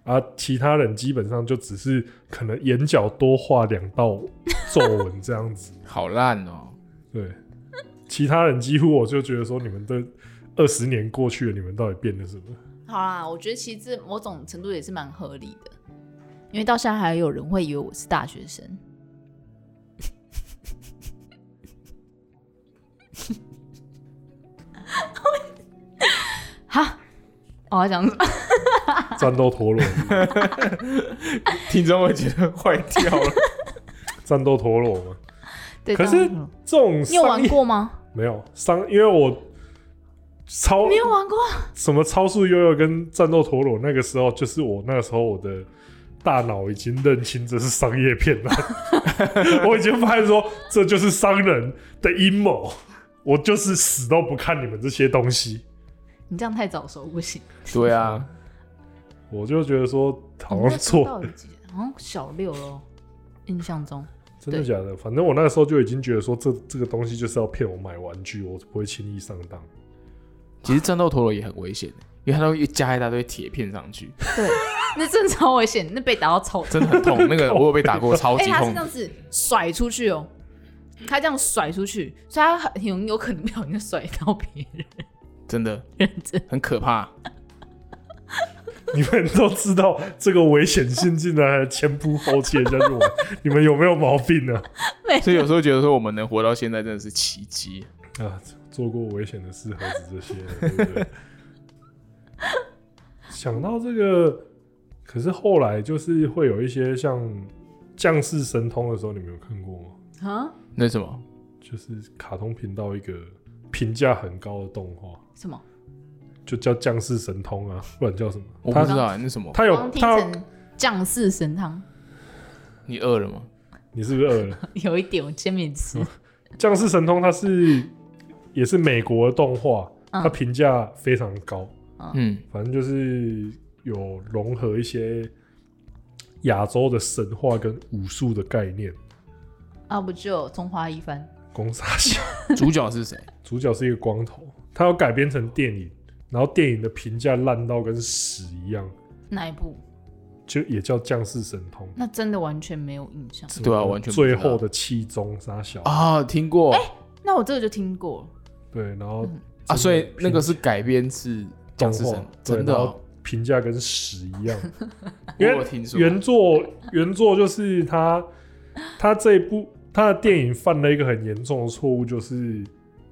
S1: 啊，其他人基本上就只是可能眼角多画两道皱纹这样
S3: [laughs]
S1: 子。
S2: 好烂哦，
S1: 对，其他人几乎我就觉得说，你们的二十年过去了，你们到底变
S3: [laughs]
S1: 了什么？
S3: 好啦，我觉得其实这某种程度也是蛮合理的，因为到现在还有人会以为我是大学生。 [laughs] 哈，我哦要讲什么？
S1: 战斗陀螺，
S2: [laughs] 听众会觉得坏掉了。
S1: 战斗陀螺嘛，
S3: 对，
S1: 可是
S3: 讲什么
S1: 这种
S3: 你有
S1: 商
S3: 玩
S1: 业 [laughs]
S3: 过吗？
S1: 没有商？因为我超
S3: 没有玩过。啊
S1: 什么超速悠悠跟战斗陀螺，那个时候就是我那个时候我的大脑已经认清这是商业片了，我已经发现说这就是商人的阴谋，我就是死都不看你们这些东西，
S3: 你这样太早熟不行。
S2: [laughs] 对啊，
S1: 我就觉得说
S3: 我
S1: 好
S3: 嗯们那
S1: 像
S3: 时
S1: 错，
S3: 候到底几？好像小六咯，印象中。
S1: 真的假的？反正我那个时候就已经觉得说这这个东西就是要骗我买玩具，我不会轻易上当。 [laughs]
S2: 其实战斗陀螺也很危险，因为它都一加一大堆铁片上去，
S3: 对，那真的超危险，那被打到超
S2: 真的很痛。那个我有被打过，超
S3: [laughs] 哎、
S2: 级
S3: 他是
S2: 痛
S3: 这。样子甩出去哦，他这样甩出去，所以他很很有可能不小心甩到别人。
S2: 真的，
S3: [laughs]
S2: 很可怕。
S1: 你们都知道这个危险性，竟然还前仆后继地在做，你们有没有毛病啊呢、
S2: 所以有时候觉得说我们能活到现在真的是奇迹。
S1: 啊，做过危险的事何止这些，对不对？ [laughs] 想到这个，可是后来就是会有一些像降世神通的时候，你们有看过吗？
S3: 啊？
S2: 那什么，
S1: 就是卡通频道一个评价很高的动画，
S3: 什么？
S1: 就叫降世神通啊，不然叫什么？
S2: 我不
S1: 它
S2: 知道啊那什么，
S1: 它
S3: 刚
S1: 有
S3: 刚听
S1: 它有，
S3: 成降世神汤， [laughs]
S2: 你饿了吗？
S1: 你是不是饿了？
S3: 有一点我先没吃。
S1: 嗯降世神通它是也是美国的动画，
S3: 嗯
S1: 它评价非常高。
S2: 嗯，
S1: 反正就是有融合一些亚洲的神话跟武术的概念。
S3: 啊，不就中华一番？
S1: 攻杀小
S2: [laughs] 主角是谁？
S1: 主角是一个光头，他要改编成电影，然后电影的评价烂到跟屎一样，
S3: 那一部？
S1: 就也叫降世神通。
S3: 那真的完全没有印象。
S2: 对啊，完全不知
S1: 最
S2: 道
S1: 后的气中杀小，
S2: 啊，听过
S3: 那我这个就听过了，
S1: 对，然后
S3: 嗯
S2: 啊，所以那个是改编是
S1: 动
S2: 僵尸
S1: 画
S2: 神，，
S1: 对
S2: 真的
S1: 然
S2: 哦
S1: 后，评价跟屎一样。
S2: 我
S1: 因为
S2: 有听说
S1: 原作原作就是他他这一部他的电影犯了一个很严重的错误，就是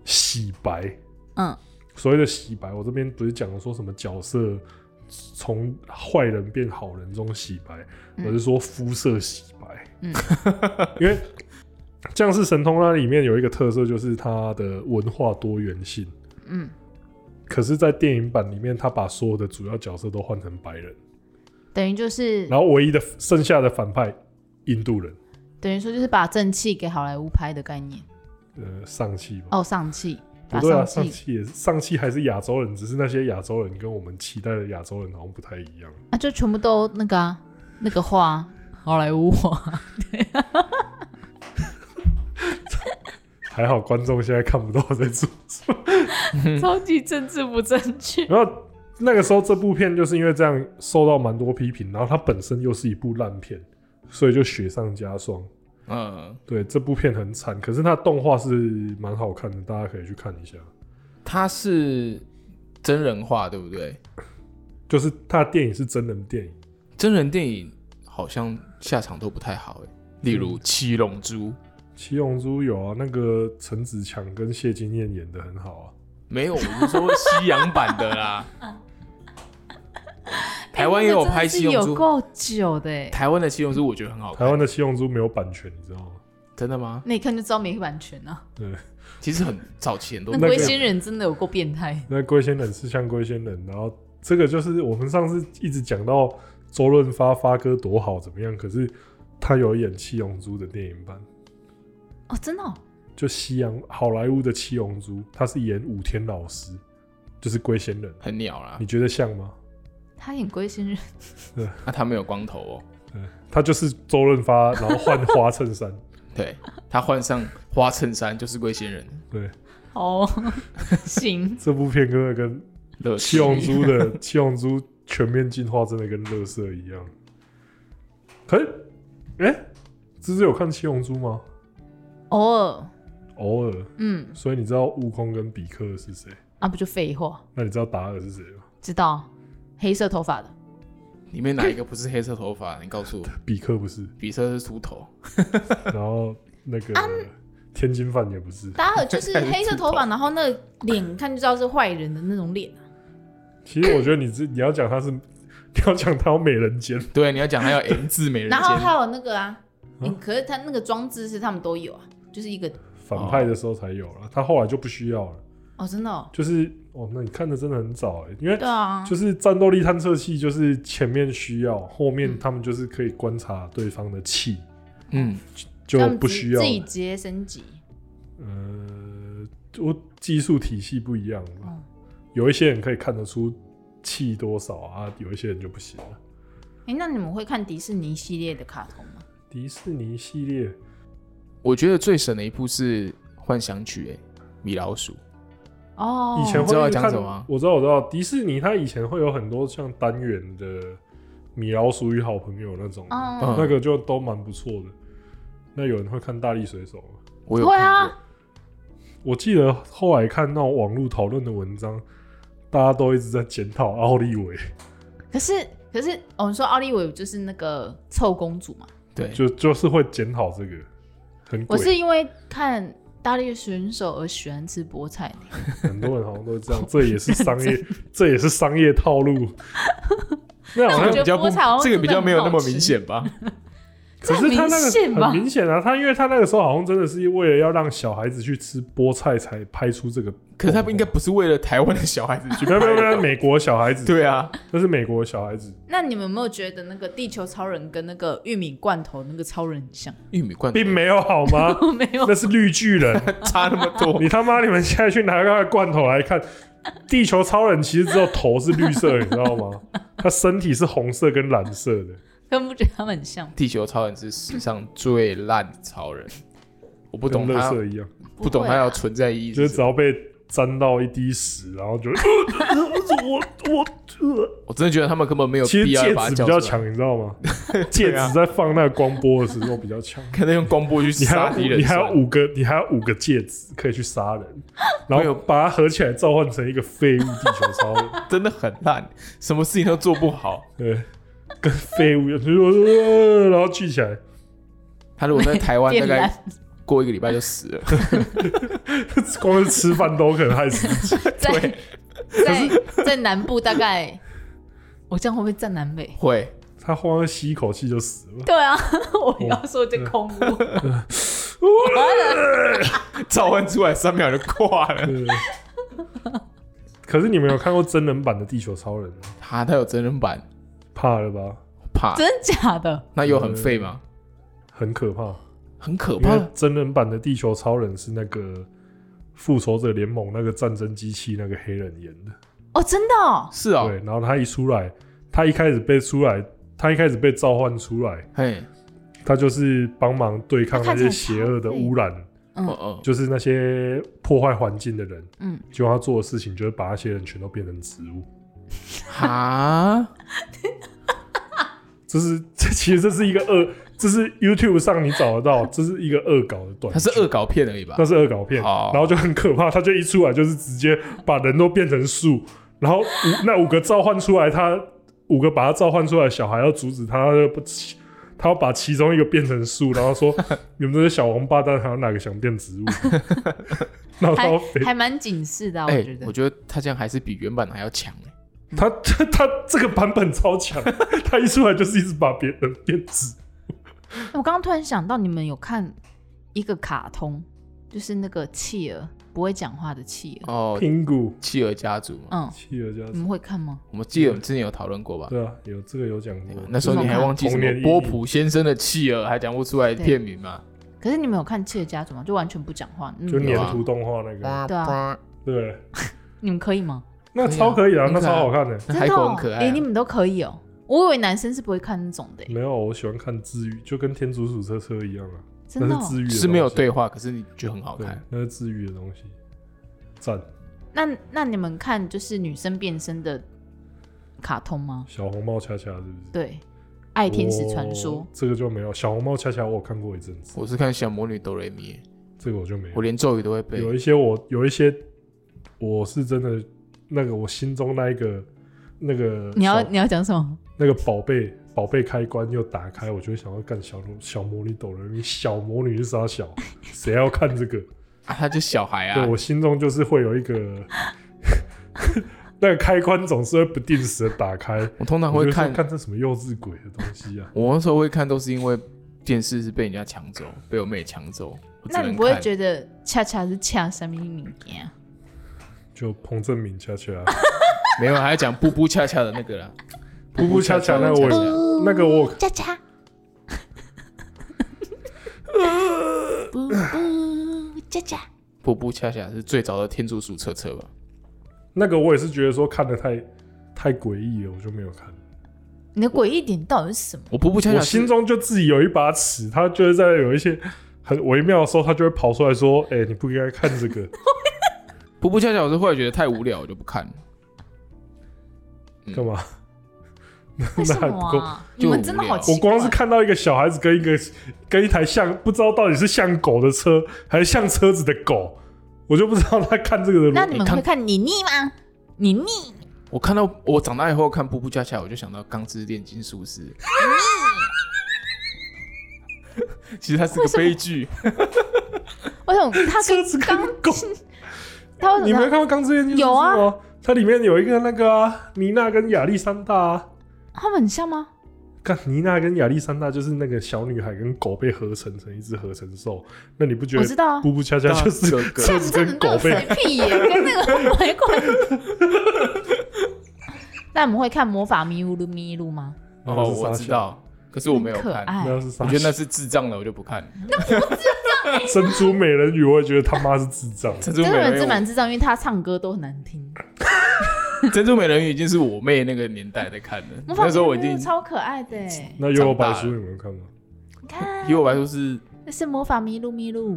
S1: 洗白。
S3: 嗯，
S1: 所谓的洗白，我这边不是讲说什么角色从坏人变好人中洗白，
S3: 嗯
S1: 我是说肤色洗白。
S3: 嗯
S1: [laughs] 因为《降世神通》它里面有一个特色，就是它的文化多元性。
S3: 嗯，
S1: 可是，在电影版里面，他把所有的主要角色都换成白人，
S3: 等于就是
S1: 然后唯一的剩下的反派印度人，
S3: 等于说就是把正气给好莱坞拍的概念
S1: 呃，上气吧。
S3: 哦，上气，
S1: 不
S3: 把
S1: 对啊，
S3: 上
S1: 上
S3: 汽
S1: 汽也是上汽还是亚洲人，只是那些亚洲人跟我们期待的亚洲人好像不太一样。
S3: 啊，就全部都那个啊，那个画啊，好莱坞画，
S1: 还好观众现在看不到我在做什么。嗯
S3: [laughs] 超级政治不正确。
S1: 然后那个时候这部片就是因为这样受到蛮多批评，然后它本身又是一部烂片，所以就雪上加霜。
S2: 嗯，
S1: 对，这部片很惨，可是它动画是蛮好看的，大家可以去看一下。
S2: 它是真人化，对不对？
S1: 就是它的电影是真人电影，
S2: 真人电影好像下场都不太好哎，例如《七龙珠》，
S1: 《七龙珠》有啊，那个陈子强跟谢金燕演的很好啊。
S2: 没有，我是说西洋版的
S3: [laughs]
S2: 啦。台湾也有拍《七龙
S3: 哎那个真的是
S2: 珠
S3: 有》，够久的欸，
S2: 台湾的《七龙珠》我觉得很好
S1: 台
S2: 看，
S1: 湾的《七龙珠》没有版权，你知道吗？
S2: 真的吗？
S3: 那一看就知道没版权啊。
S1: 对，
S2: 其实很早期很多
S3: 那
S1: 个
S3: 龟仙人真的有够变态，
S1: 那龟仙人是像龟仙人，然后这个就是我们上次一直讲到周润发发哥多好怎么样，可是他有演《七龙珠》的电影版，
S3: 哦，真的哦、
S1: 就西洋好莱坞的《七龙珠》，他是演武天老师，就是龟仙人，
S2: 很鸟啦
S1: 你，觉得像吗？
S3: 他演龟仙人，
S2: 那啊他没有光头哦，
S1: 嗯，他就是周润发，然后换花衬衫，
S2: 对他换上花衬衫就是龟仙人，
S1: 对，
S3: [laughs] 哦，行，
S1: 这部片真的跟
S2: 乐
S1: 七龙珠的七龙珠全面进化真的跟乐色一样。可是，哎、芝芝有看七龙珠吗？
S3: [laughs] 偶尔，
S1: 偶尔，
S3: 嗯，
S1: 所以你知道悟空跟比克是谁？
S3: 啊，不就废话，
S1: 那你知道达尔是谁吗？
S3: 知道，黑色头发的，
S2: 里面哪一个不是黑色头发？你告诉我，
S1: 比克不是，
S2: 比色是秃头，
S1: 然后那个、天津饭也不是，
S3: 达尔就
S1: [laughs]
S3: 是
S2: 开始
S3: 黑色头发，然后那个脸看就知道是坏人的那种脸啊、
S1: 其实我觉得你这你要讲他是， [laughs] 你要讲他有美人尖，
S2: 对，你要讲他有 M 字美人
S3: 然后还
S2: 尖，
S3: 有那个啊，
S1: 嗯
S3: 嗯可是他那个装置是他们都有啊，就是一个
S1: 反派的时候才有了，他后来就不需要了。
S3: 哦，真的、哦，
S1: 就是哦，那你看的真的很早哎、因为
S3: 对啊，
S1: 就是战斗力探测器，就是前面需要，
S3: 嗯
S1: 后面他们就是可以观察对方的气，
S2: 嗯，
S1: 就
S3: 他们
S1: 不
S3: 自己
S1: 需要
S3: 自己直接升级，
S1: 呃，我技术体系不一样嘛，
S3: 嗯
S1: 有一些人可以看得出气多少啊，有一些人就不行了。
S3: 哎、那你们会看迪士尼系列的卡通吗？
S1: 迪士尼系列
S2: 我觉得最神的一部是《幻想曲》哎，米老鼠，
S3: 哦，
S1: 以前
S2: 你知道
S1: 会
S2: 要讲
S1: 看
S2: 什么啊吗
S1: 我知道，我知道，迪士尼它以前会有很多像单元的《米老鼠与好朋友》那种，
S3: 嗯
S2: 嗯，
S1: 那个就都蛮不错的。那有人会看《大力水手》吗？
S2: 我有
S3: 会
S2: 看
S3: 啊
S2: 过，，
S1: 我记得后来看那种网络讨论的文章，大家都一直在检讨奥利维，
S3: 可是可是我们、你说奥利维就是那个臭公主嘛，
S2: 对，
S1: 就就是会检讨这个，很
S3: 我
S1: 鬼。
S3: 是因为看《大力选手》而喜欢吃菠菜的，
S1: 很多人好像都这样，这也是商
S3: [laughs]
S1: 业，这也是商业套路。那好
S3: 我
S2: 这
S1: 像
S2: 个
S3: 觉得
S2: 比较
S3: 菠菜好
S2: 不，
S3: 像
S2: 这个比较没有那么
S3: 真的很好吃
S2: 明显吧？
S1: 可是他那
S3: 这很明显
S1: 个
S3: 吧
S1: 很明显啊，他因为他那个时候好像真的是为了要让小孩子去吃菠菜才拍出
S3: [laughs]
S1: 这个动画，
S2: 可是他们应该不是为了台湾的小孩子去
S1: 没有没
S2: 拍
S1: 有没有
S2: 的，
S1: 美国小孩子，
S2: [laughs] 对啊，
S1: 那是美国小孩子。
S3: 那你们有没有觉得那个地球超人跟那个玉米罐头那个超人很像？
S2: [laughs]
S3: [laughs]
S2: 玉米罐头
S1: 并没有好吗？
S3: 我没有
S1: 那，是绿巨人，
S2: 差那么多，
S1: [laughs] 你他妈你们现在去拿那个罐头来看， [laughs] 地球超人其实只有头是绿色，你知道吗？他身体是红色跟蓝色的。
S3: 根本不觉得他们很像，
S2: [laughs] 地球超人是史上最烂的超人，我不
S1: 不
S2: 懂
S1: 垃
S2: 他，
S1: 圾一样，
S2: 不懂
S3: 会
S2: 他
S3: 啊
S2: 要存在意义
S1: 就是是
S2: 什
S1: 只
S2: 么。
S1: 要被沾到一滴屎，然后
S2: [laughs]
S1: 就我我我，
S2: 我真的觉得他们根本没有
S1: 其实
S2: 必要
S1: 戒
S2: 把它
S1: 指
S2: 叫
S1: 比较
S2: 出来，
S1: 强，你知道
S2: [laughs]
S1: 吗？戒指在放那个光波的时候比较强。
S2: 可能用光波去
S1: 你还
S2: 杀敌
S1: 有
S2: 人
S1: 你还
S2: 算了。
S1: 有五个，你还有五个戒指可以去杀
S2: [laughs]
S1: 人，然后
S2: 没有
S1: 把它合起来召唤成一个废物地球超
S2: [laughs]
S1: 人。
S2: 真的很烂，什么事情都做不好。
S1: 对，跟废物一样，就是呃然后聚起来，
S2: 他如果在台湾，大
S3: [laughs] 变
S2: 概
S3: 懒，
S2: 过一个礼拜就死了。
S1: [laughs] 光是吃饭都可能害死自己。
S3: 在在在南部大概，我这样会不会占南北？
S1: [laughs]
S2: 会，
S1: 他忽然吸一口气就死了。
S3: 对啊， [laughs]
S1: 哦
S3: 我要说这空屋，
S2: 召唤出来三秒就挂了。
S1: 对。可是你们有看过真人版的地球超人吗？
S2: 他、他有真人版，
S1: 怕了吧？
S2: 怕
S3: 真假的？
S2: 那有很废吗？
S1: 很可怕，
S2: 很可
S1: 因为
S2: 怕。
S1: 真人版的地球超人是那个复仇者联盟那个战争机器那个黑人演的。
S3: 哦，真的哦，
S2: 是哦，
S1: 对，然后他一出来，他一开始被出来，他一开始被召唤出来，
S2: 嘿，
S1: 他就是帮忙对抗
S3: 他
S1: 那
S3: 看
S1: 些
S3: 起来
S1: 邪
S3: 超
S1: 恶的
S3: 废
S1: 污染，
S2: 哦哦，
S1: 就是那些破坏环境的人。
S3: 嗯，
S1: 结果他做的事情就是把那些人全都变成植物。
S2: 哈，
S1: 这是 [laughs] 这其实这是一个恶，这是 YouTube 上你找得到，这是一个恶搞的短
S2: 它
S1: 片，
S2: 是恶搞片而已吧
S1: 那？是恶搞片，
S2: 好
S1: 然后就很可怕，他就一出来就是直接把人都变成树，然后五那五个召唤出来，他五个把他召唤出来的小孩要阻止他，他就不起他要把其中一个变成树，然后
S2: [laughs]
S1: 说你们这些小王八蛋，还有哪个想变植物？然后他要飞
S3: 还还蛮警示的啊、我
S2: 哎
S3: 觉，得
S2: 我。觉得他这样还是比原版还要强欸
S1: 他他他这个版本超强，他一出来就是一直把别人变植，
S3: 我刚刚突然想到，你们有看一个卡通，就是那个企鹅不会讲话的企鹅，
S2: 哦。
S1: 苹果
S2: 企鹅家族嘛，
S3: 嗯，
S1: 企鹅家
S3: 你们会看吗？
S2: 我们记得我们之前有讨论过吧？
S1: 对啊，有这个有讲过，
S2: 那时候你还忘记什
S1: 童年阴
S2: 么
S1: 影
S2: 波普先生的企鹅，还讲不出来
S3: 对
S2: 片名嘛？
S3: 可是你们有看企鹅家族吗？就完全不讲话，你
S1: 就
S3: 们
S1: 粘
S2: 有啊
S1: 土动画那个，
S3: 对啊
S1: 对，
S3: 你们可以吗？
S1: 那超可以啊，那超好看的。
S2: 那
S3: 真
S2: 海
S3: 的
S2: 狗
S3: 哦
S2: 很可爱
S3: 连
S2: 啊嗯
S3: 你。们都可以哦。我以为男生是不会看那种的、欸
S1: 没有，我喜欢看治愈，就跟天竺鼠车车一样啊，
S3: 真
S1: 那
S3: 的、
S1: 是
S3: 哦。
S1: 治愈的东西，
S2: 是没有对话，可是你觉得很好
S1: 对
S2: 看。，
S1: 那是治愈的东西，赞。
S3: 那那你们看就是女生变身的卡通吗？
S1: 小红帽恰恰是不是？
S3: 对，《爱天使传说
S2: 哦
S1: 我》这个就没有，小红帽恰恰我有看过一阵子，
S2: 我是看小魔女哆瑞咪，
S1: 这个我就没
S2: 我
S1: 有。
S2: 连咒语都会背。
S1: 有一些我有一些我是真的那个我心中那一个那个
S3: 你要
S1: 小
S3: 你要讲什么？
S1: 那个宝贝宝贝开关又打开，我就会想要干小魔小魔女抖人咪，小魔女是啥小？谁要看这个？
S2: 啊，他就小孩啊
S1: 对，我心中就是会有一个 [laughs] 那个开关总是会不定时的打开，
S2: 我通常
S1: 我
S2: 会
S1: 就说
S2: 看，
S1: 看这什么幼稚鬼的东西啊！
S2: 我那时候会看都是因为电视是被人家抢走，被我妹抢走。我只
S3: 那
S2: 能
S3: 你不会
S2: 看
S3: 觉得恰恰是恰什么米呀？
S1: 就彭正明恰 [laughs] 恰，
S2: 没有？还要讲布布恰恰的那个啦，
S1: 布布恰恰那个我
S2: 恰
S1: 也那个我
S3: 恰恰， [laughs] 不不恰恰，
S2: 布布恰恰是最早的天竺鼠车车吧？
S1: 那个我也是觉得说看的太太诡异了，我就没有看。
S3: 你的诡异点到底是
S1: [laughs]
S3: 什么？
S2: 我布布恰恰
S1: 我
S2: 是
S1: 心中就自己有一把尺，他就是在有一些很微妙的时候，他就会跑出来说：“哎、你不应该看 [laughs] 这个。
S2: 布布恰恰，我是后来觉得太无聊，我就不看了。”
S1: 干嘛？
S3: 为什
S1: 还
S3: 么
S1: 不够
S3: 啊？你
S2: 就
S3: 们
S2: 无
S3: 真的
S2: 聊
S3: 好奇
S1: 我
S3: 怪。
S1: 光是看到一个小孩子跟一个跟一台像不知道到底是像狗的车还是像车子的狗，我就不知道他看这个
S3: 那
S1: 的。
S3: 你们会看妮妮吗？妮妮，
S2: 我看到我长大以后看布布恰恰，我就想到《钢之炼金术师》。
S3: 嗯
S2: [laughs] 其实它是个悲剧，
S3: 我想他
S1: 车
S3: 跟
S1: 子跟
S3: 刚
S1: 狗，
S3: [laughs] 他为
S1: 你
S3: 什
S1: 没有
S3: 么
S1: 看过《钢之炼金术师》
S3: 有啊
S1: 吗？它里面有一个那个啊，妮娜跟亚历山大啊，
S3: 他们很像吗？
S1: 看妮娜跟亚历山大就是那个小女孩跟狗被合成成一只合成兽，那你不觉
S3: 我
S1: 得
S3: 知道啊，
S1: 布布恰恰就是
S2: 哥哥
S1: 车子跟狗
S3: 这
S1: 被 [laughs]
S3: 样子根本就是屁耶，跟那个没 [laughs] 关系。那我们会看魔法咪咕噜咪噜吗？
S2: 哦，我知，道，可是我没有
S3: 很可
S2: 看，
S1: 那
S3: 爱，嗯
S1: 是啥
S2: 我觉得那是智障的，我就不看。
S1: 珍珠美人鱼，我也觉得他妈是智
S2: [laughs]
S1: 障。
S2: 珍珠
S3: 真
S2: 美
S3: 的人是
S2: 人
S3: 蛮智障，因为他唱歌都很难听。
S2: 鱼，珍珠美人鱼已经是我妹那个年代在看的，
S3: 魔法
S2: 那时候我已
S3: 咪咕
S2: 经
S3: 噜超可爱的耶，
S1: 那幽游白
S2: 长大
S1: 书你们有看吗？
S3: 你看
S2: 以，我来说是
S3: 那是魔法咪噜咪噜。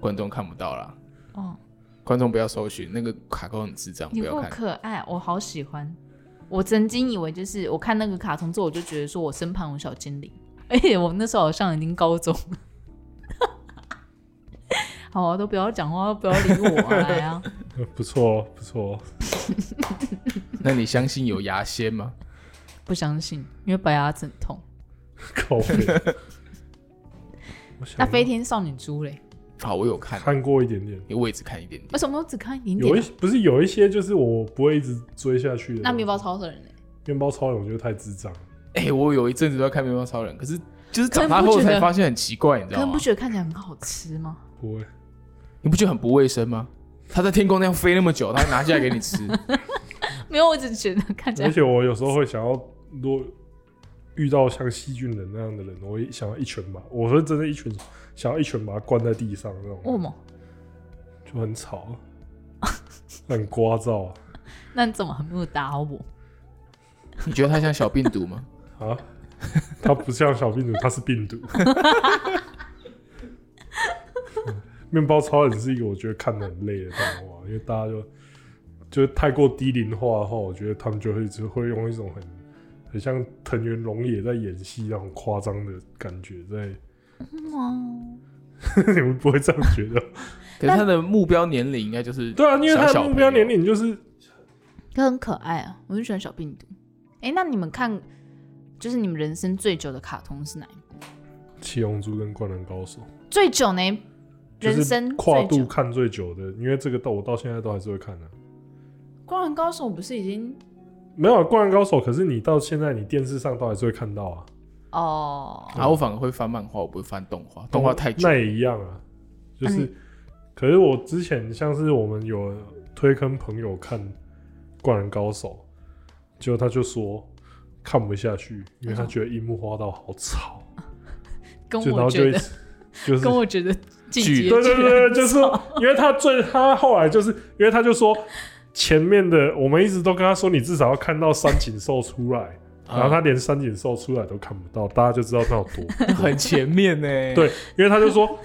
S2: 观众看不到啦，
S3: 哦，
S2: 观众不要搜寻那个卡扣很智障，不
S3: 有
S2: 要
S3: 够
S2: 看。
S3: 可爱，我好喜欢。我曾经以为就是我看那个卡通之后，我就觉得说我身旁有小精灵， [laughs] 而且我那时候好像已经高中了。 [laughs] 好、啊，都不要讲话，不要理我啊！
S2: [laughs]
S3: 来啊，
S1: 呃不错哦，不错哦。
S2: 那你相信有牙仙吗？
S3: 不相信，因为白牙很痛。
S1: 靠背。我想
S3: 那飞天少女猪嘞？
S2: 好，我有看，
S1: 看过一点点，
S2: 因为我也只看一点点。
S3: 为什么我只看一点
S1: 有
S3: 点
S1: 一
S3: 啊、
S1: 不是有一些就是我不会一直追下去的。
S3: 那面包超人嘞？
S1: 面包超人，我觉得太智障了。
S2: 哎、我有一阵子都在看《面包超人》，可是就是长
S3: 可能
S2: 大
S3: 不
S2: 后
S3: 觉
S2: 才
S3: 得
S2: 发现很奇怪，你知
S3: 可
S2: 道
S3: 能
S2: 吗
S3: 不？觉得看起来很好吃吗？
S1: 不会，
S2: 你不觉得很不卫生吗？它在天空那样飞那么久，它拿下来给你
S3: [laughs]
S2: 吃，
S3: 没有，我只觉得看起
S1: 而
S3: 来
S1: 且我有时候会想要，如果遇到像细菌人那样的人，我会
S3: 哦
S1: 想要一拳把，我是真的一拳想要一拳把他灌在地上那
S3: 为什
S1: 种，
S3: 么？
S1: 就很吵啊，很聒噪啊
S3: 那你怎么还没有打我？
S2: 你觉得它像小病毒吗？
S1: 啊！ [laughs] 它不像小病毒，它是病毒。 [laughs] 面包超人是一个我觉得看得很累的动画，因为大家就就是太过低龄化的话，我觉得他们就会只会用一种很很像藤原龙也在演戏那种夸张的感觉在。 [laughs] 你们不会这样觉得？
S2: 可是它的目标年龄应该就是
S1: [laughs] 对啊，因为他
S2: 小
S1: 的
S2: 小
S1: 目标
S2: 朋友
S1: 年龄就是
S3: 可很可爱啊，我很喜欢小病毒。哎、那你们看，就是你们人生最久的卡通是哪一部？
S1: 七龙珠跟灌篮高手。
S3: 最久呢？
S1: 就是
S3: 人生
S1: 跨
S3: 最
S1: 度
S3: 久。
S1: 看最久的，因为这个到我到现在都还是会看的、
S3: 灌篮高手不是已经
S1: 没有啊《灌篮高手》，可是你到现在你电视上都还是会看到啊，
S3: 哦？
S2: 啊，我反而会翻漫画，我不会翻动画，动画太久
S1: 那。也一样啊，就是。
S3: 嗯
S1: 可是我之前像是我们有推坑朋友看《灌篮高手》，结果他就说看不下去，因为他觉得樱木花道好吵，
S3: 跟
S1: 就然后
S3: 哦我
S1: 就
S3: 觉
S1: 一
S3: 得，
S1: 直就是
S3: 跟我觉得进阶
S2: 剧
S1: [laughs] 对对
S3: 居然
S1: 对，对，就是因为他最他后来就是因为他就说前面的我们一直都跟他说，你至少要看到三井寿出来，
S2: 啊
S1: 然后他
S3: 嗯
S1: 连三井寿出来都看不到，大家就知道他有多。
S2: 啊很前面呢、
S1: 对因为他就说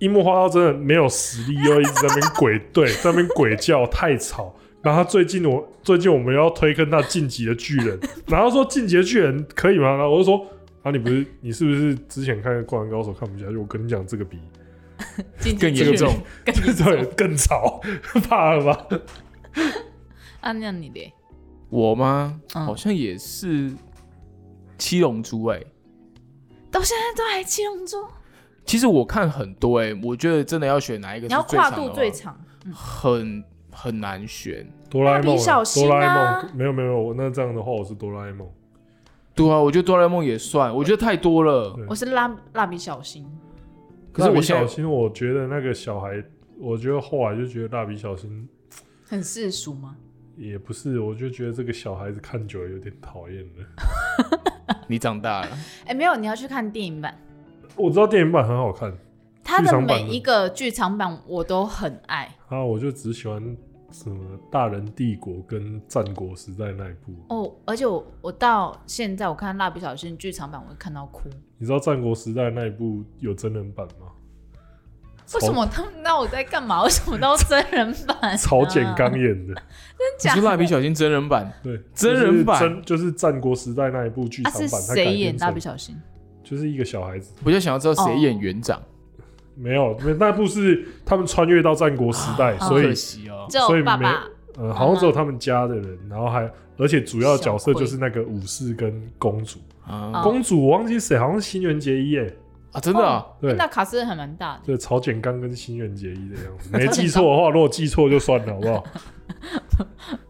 S1: 樱木花道真的没有实力，又一直在那边鬼对，在那边鬼叫，太吵。然后他最近我最近我们要推坑他晋级的巨人，然后说晋级的巨人可以吗？然后我就说啊，你不是你是不是之前看《灌篮高手》看不下去？我跟你讲，这个比
S3: 进阶
S2: 更
S3: 巨
S2: 严
S3: 人
S2: 重，
S3: 更严
S1: [laughs] 对
S3: 重。
S1: 更吵，怕了吧？
S3: 啊，那你嘞？
S2: 我吗？
S3: 嗯
S2: 好像也是七龙珠哎、
S3: 到现在都还七龙珠，
S2: 其实我看很多哎、我觉得真的要选哪一个
S3: 你
S2: 是
S3: 要
S2: 最长
S3: 跨
S2: 的
S3: 度
S2: 话
S3: 最长，嗯
S2: 很很难选。
S1: 哆啦 A
S3: 蜡
S1: 梦
S3: 笔小
S1: 啊，
S3: 新
S1: 哆啦
S3: 啊
S1: A 梦没有没有，我那这样的话我是哆啦 A 梦，
S2: 对啊，我觉得哆啦 A 梦也算，我觉得太多了
S1: 对。
S3: 我是蜡蜡笔小新，
S2: 可是
S1: 蜡
S2: 我
S1: 笔
S2: 现在
S1: 小新，我觉得那个小孩，我觉得后来就觉得蜡笔小新
S3: 很世俗吗？
S1: 也不是，我就觉得这个小孩子看久了有点讨厌了。
S2: 你长大了，
S3: 哎、没有，你要去看电影版，
S1: 我知道电影版很好看
S3: 它
S1: 剧
S3: 的
S1: 场版
S3: 每
S1: 的
S3: 一个剧场版我都很爱。
S1: 啊，我就只喜欢什么大人帝国跟战国时代那一部。
S3: 哦，而且我我到现在我看蜡笔小新剧场版，我会看到哭。
S1: 你知道战国时代那一部有真人版
S2: [laughs]
S1: 吗？
S3: 为什么他们知道我在干嘛？为什么都真人版、
S2: [laughs]
S3: 啊？
S1: 曹简刚演的，
S3: 真
S2: 你
S3: 假
S2: 说？蜡笔小新真人 [laughs] 版，
S1: [laughs] 对，
S2: 真人版
S1: 就是真就是战国时代那一部剧
S3: 啊，
S1: 场
S3: 是
S1: 版，它改
S3: 谁
S1: 编
S3: 演蜡笔
S1: 成
S3: 小新？
S2: 哦
S1: 就是一个小孩子。
S2: 我就想要知道谁
S3: 哦
S2: 演园长，
S1: 没有，没那部是他们穿越到战国时代，
S3: 啊
S1: 所以
S2: 可惜哦。
S3: 只
S1: 所以
S3: 有
S1: 没
S3: 爸哎爸
S1: 呃，好像只有他们家的人，然后还而且主要角色
S3: 小葵
S1: 就是那个武士跟公主，
S2: 啊
S3: 哦
S1: 公主我忘记谁，好像是新垣结衣耶，
S2: 啊，真的啊，
S3: 诶
S1: 对
S3: 那卡斯还蛮大的，
S1: 对，草剪刚跟新垣结衣的样
S2: [laughs]
S1: 子，没记错的话，如果记错就算了，好不好？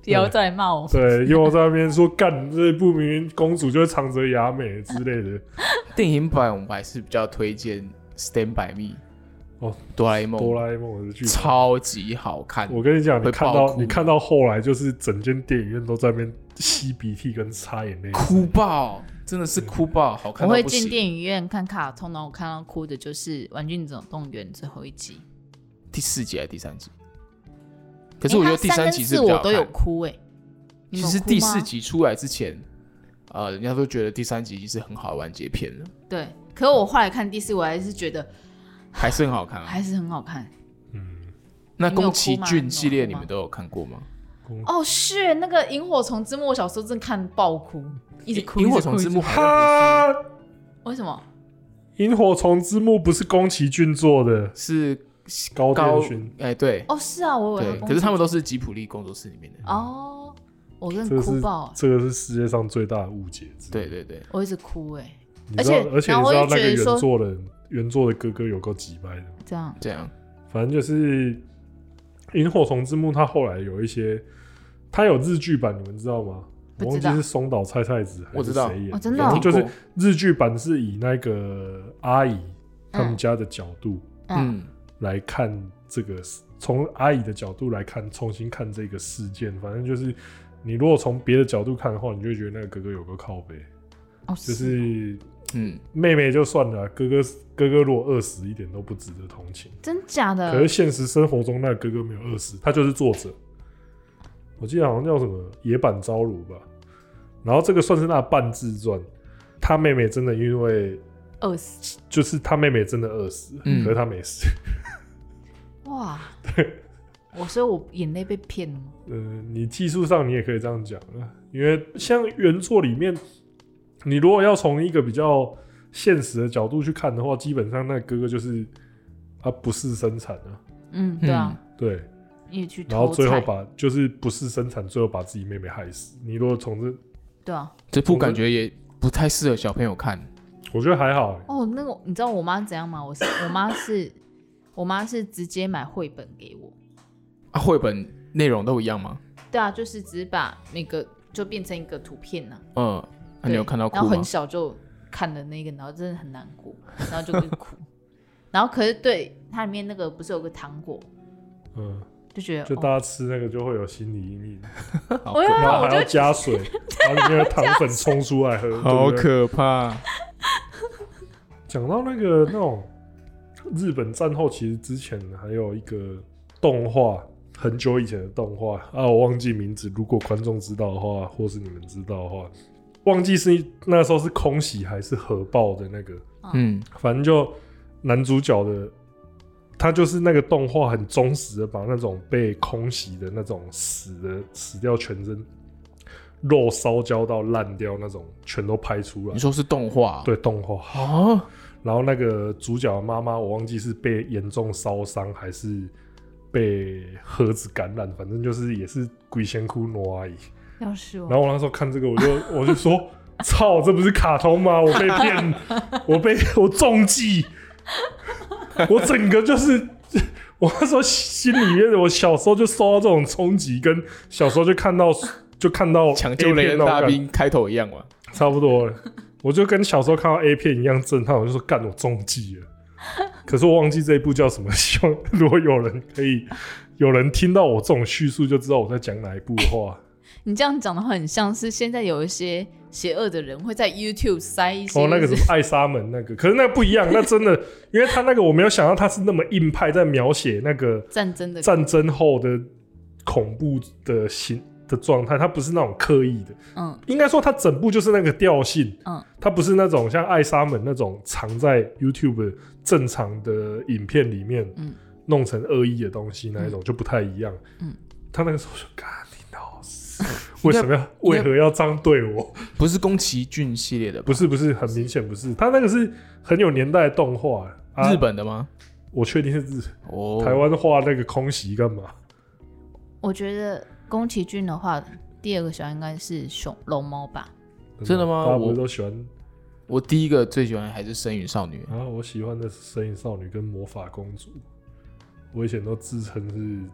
S3: 不要再骂我。
S1: 对，又在那边说干这部明明公主就是长泽雅美之类
S2: [laughs]
S1: 的，
S2: 电影版我们还是比较推荐《Stand by Me》
S1: 哦，
S2: 哆啦 A 梦，
S1: 哆啦 A 梦的剧。
S2: 超级好看。
S1: 我跟你讲，你
S2: 会
S1: 看
S2: 爆
S1: 到
S2: 哭
S1: 你看到后来，就是整间电影院都在那边吸鼻涕跟擦眼泪，
S2: 哭爆，真的是哭
S1: 嗯
S2: 爆，好看
S3: 我
S2: 到
S3: 会
S2: 不
S3: 进
S2: 行。
S3: 电影院看卡通，然后我看到哭的就是《玩具总动员》最后一集。
S2: 第四集还是第三集？可
S3: 可
S2: 是我觉得第
S3: 哎三
S2: 三
S3: 跟
S2: 集是
S3: 四
S2: 比较
S3: 我
S2: 好
S3: 都有
S2: 看。
S3: 哭哎、你
S2: 其
S3: 们
S2: 实
S3: 有哭
S2: 第
S3: 吗
S2: 四集出来之前，呃，人家都觉得第三集已经是很好的完结篇了，
S3: 对，可我后来看第四，我还是觉得
S2: 还是很好看啊。
S3: 还是很好看。
S1: 嗯，
S2: 那
S3: 你们有
S2: 宫崎
S3: 哭吗
S2: 骏系列
S3: 你
S2: 你
S3: 们有哭吗
S2: 们都有看过吗？
S1: 公
S3: 哦，是那个《萤火虫之墓》，我小时候真的看爆哭，一直哭。
S2: 萤火
S3: 一直哭
S2: 虫之墓》好像
S1: 哈，
S3: 为什么？
S1: 萤火虫之墓不是宫崎骏做的，
S2: 不是是
S1: 高
S2: 高
S1: 电勋，
S2: 哎对
S3: 哦，是啊，我以为
S2: 对，可是他们都是吉普力工作室里面的。
S3: 哦，我真
S1: 这
S3: 的
S1: 个是
S3: 哭爆，
S1: 这个是世界上最大的误解之一。
S2: 对对对，
S3: 我一直哭哎、
S1: 你知道，而
S3: 而
S1: 且
S3: 且
S1: 你知
S3: 然后
S1: 道
S3: 我就
S1: 那个
S3: 觉得说
S1: 原作的原作的哥哥有够急掰的，
S3: 这样
S2: 这样
S1: 反正就是《萤火虫之墓》，它后来有一些，它有日剧版，你们知道吗？
S3: 不
S1: 我忘
S3: 知
S1: 记
S3: 道
S1: 是松岛菜菜子还
S2: 我
S1: 是
S2: 知道
S1: 谁演
S3: 哦真的
S1: 然
S3: 哦
S1: 后就是
S2: 听过
S1: 日剧版是以那个阿姨他们家的角度
S2: 嗯
S1: 来看这个事，从阿姨的角度来看，重新看这个事件。反正就是你如果从别的角度看的话，你就会觉得那个哥哥有个靠背。
S3: 哦，
S1: 就是
S2: 嗯，
S1: 妹妹就算了啊，哥哥哥哥如果饿死一点都不值得同情。
S3: 真假
S1: 可是
S3: 的？
S1: 现实生活中，那个哥哥没有饿死，他就是作者。我记得好像叫什么野坂昭如吧。然后这个算是他的半自传。他妹妹真的因为
S3: 饿死
S1: 就是他妹妹真的饿死，
S2: 嗯
S1: 可是他没死。 [laughs]
S3: 哇！我所以，我眼泪被骗了吗？
S1: 呃，你技术上你也可以这样讲啊，因为像原作里面，你如果要从一个比较现实的角度去看的话，基本上那个哥哥就是他不是生产啊，
S3: 嗯，对啊，
S1: 对，
S3: 你也去
S1: 然后
S3: 偷
S1: 最后
S3: 菜，
S1: 把就是不是生产，最后把自己妹妹害死。你如果从这，
S3: 对啊。
S2: 这部感觉也不太适合小朋友看。
S1: 我觉得还好欸、
S3: 哦，那个你知道我妈怎样吗？我是我妈是，我妈是直接买绘本给我。
S2: 啊，绘本内容都一样吗？
S3: 对啊，就是只是把那个就变成一个图片啊呢、
S2: 嗯，那
S3: 对
S2: 你有看到
S3: 然
S2: 哭
S3: 后
S2: 吗
S3: 很？小就看了那个，然后真的很难过， [laughs] 然后就会哭。然后可是对它里面那个不是有个糖果，
S1: 嗯，
S3: 就觉
S1: 就
S3: 得
S1: 大
S3: 哦，
S1: 家吃那个就会有心理阴影，
S2: 好
S3: 我
S2: 可
S3: 要
S1: 然后
S3: 啊我
S1: 还
S3: 就
S1: 要加
S3: [laughs]
S1: 水，然后里面的糖粉冲出来喝，对不对
S2: 可怕。
S1: 讲到那个那种日本战后，其实之前还有一个动画，很久以前的动画啊，我忘记名字。如果观众知道的话，或是你们知道的话，忘记是那时候是空袭还是核爆的那个，
S2: 嗯，
S1: 反正就男主角的。他就是那个动画很忠实的把那种被空袭的那种死的死掉全身肉烧焦到烂掉那种全都拍出来
S2: 你，说是动画？
S1: 对哦动画
S2: 啊，
S1: 然后那个主角的妈妈，我忘记是被严重烧伤还是被盒子感染，反正就是也是鬼仙哭挪阿姨。
S3: 要是
S1: 然
S3: 我，
S1: 后我那时候看这个，我就我就说：“ [laughs] 操，这不是卡通吗？我被骗，我被我中计，我整个就是。”我那时候心里面，我小时候就受到这种冲击，跟小时候就看到就看到
S2: 抢救
S1: A
S2: 雷
S1: 片
S2: 恩
S1: 那种
S2: 大
S1: 感觉
S2: 兵开头一样嘛。
S1: 差不多了。我就跟小时候看到 A 片一样震撼，我就说干，我中计了。可是我忘记这一部叫什么，希望如果有人可以，有人听到我这种叙述就知道我在讲哪一部的话。
S3: 你这样讲的话，很像是现在有一些邪恶的人会在 YouTube 塞一些、
S1: 哦，那个
S3: 就
S1: 什么
S3: 是
S1: 爱莎门那个，可是那个不一样，那真的，因为他那个我没有想到他是那么硬派，在描写那个
S3: 战争的，
S1: 战争后的恐怖的形的状态，他不是那种刻意的，
S3: 嗯
S1: 应该说它整部就是那个调性，
S3: 嗯，
S1: 它不是那种像《艾莎门》那种藏在 YouTube 正常的影片里面，
S3: 嗯，
S1: 弄成恶意的东西那一种、就不太一样，
S3: 嗯，
S1: 他那个时候说，干你老
S3: [laughs]
S1: 师，为什么要为何要这样对我？
S2: 不是宫崎骏系列的吧，
S1: 不是不是，很明显不是，他那个是很有年代的动画、啊
S2: 日，本的吗？
S1: 我确定是日
S2: 哦，
S1: 台湾画那个空袭干嘛？
S3: 我觉得宫崎骏的话，第二个喜欢应该是熊龙猫吧。
S2: 真的吗
S1: 大家不
S2: 我
S1: 是都喜欢
S2: 我第一个最喜欢的还是《生与少女》。
S1: 啊，我喜欢的是《神隐少女》跟《魔法公主》，我以前都自称是，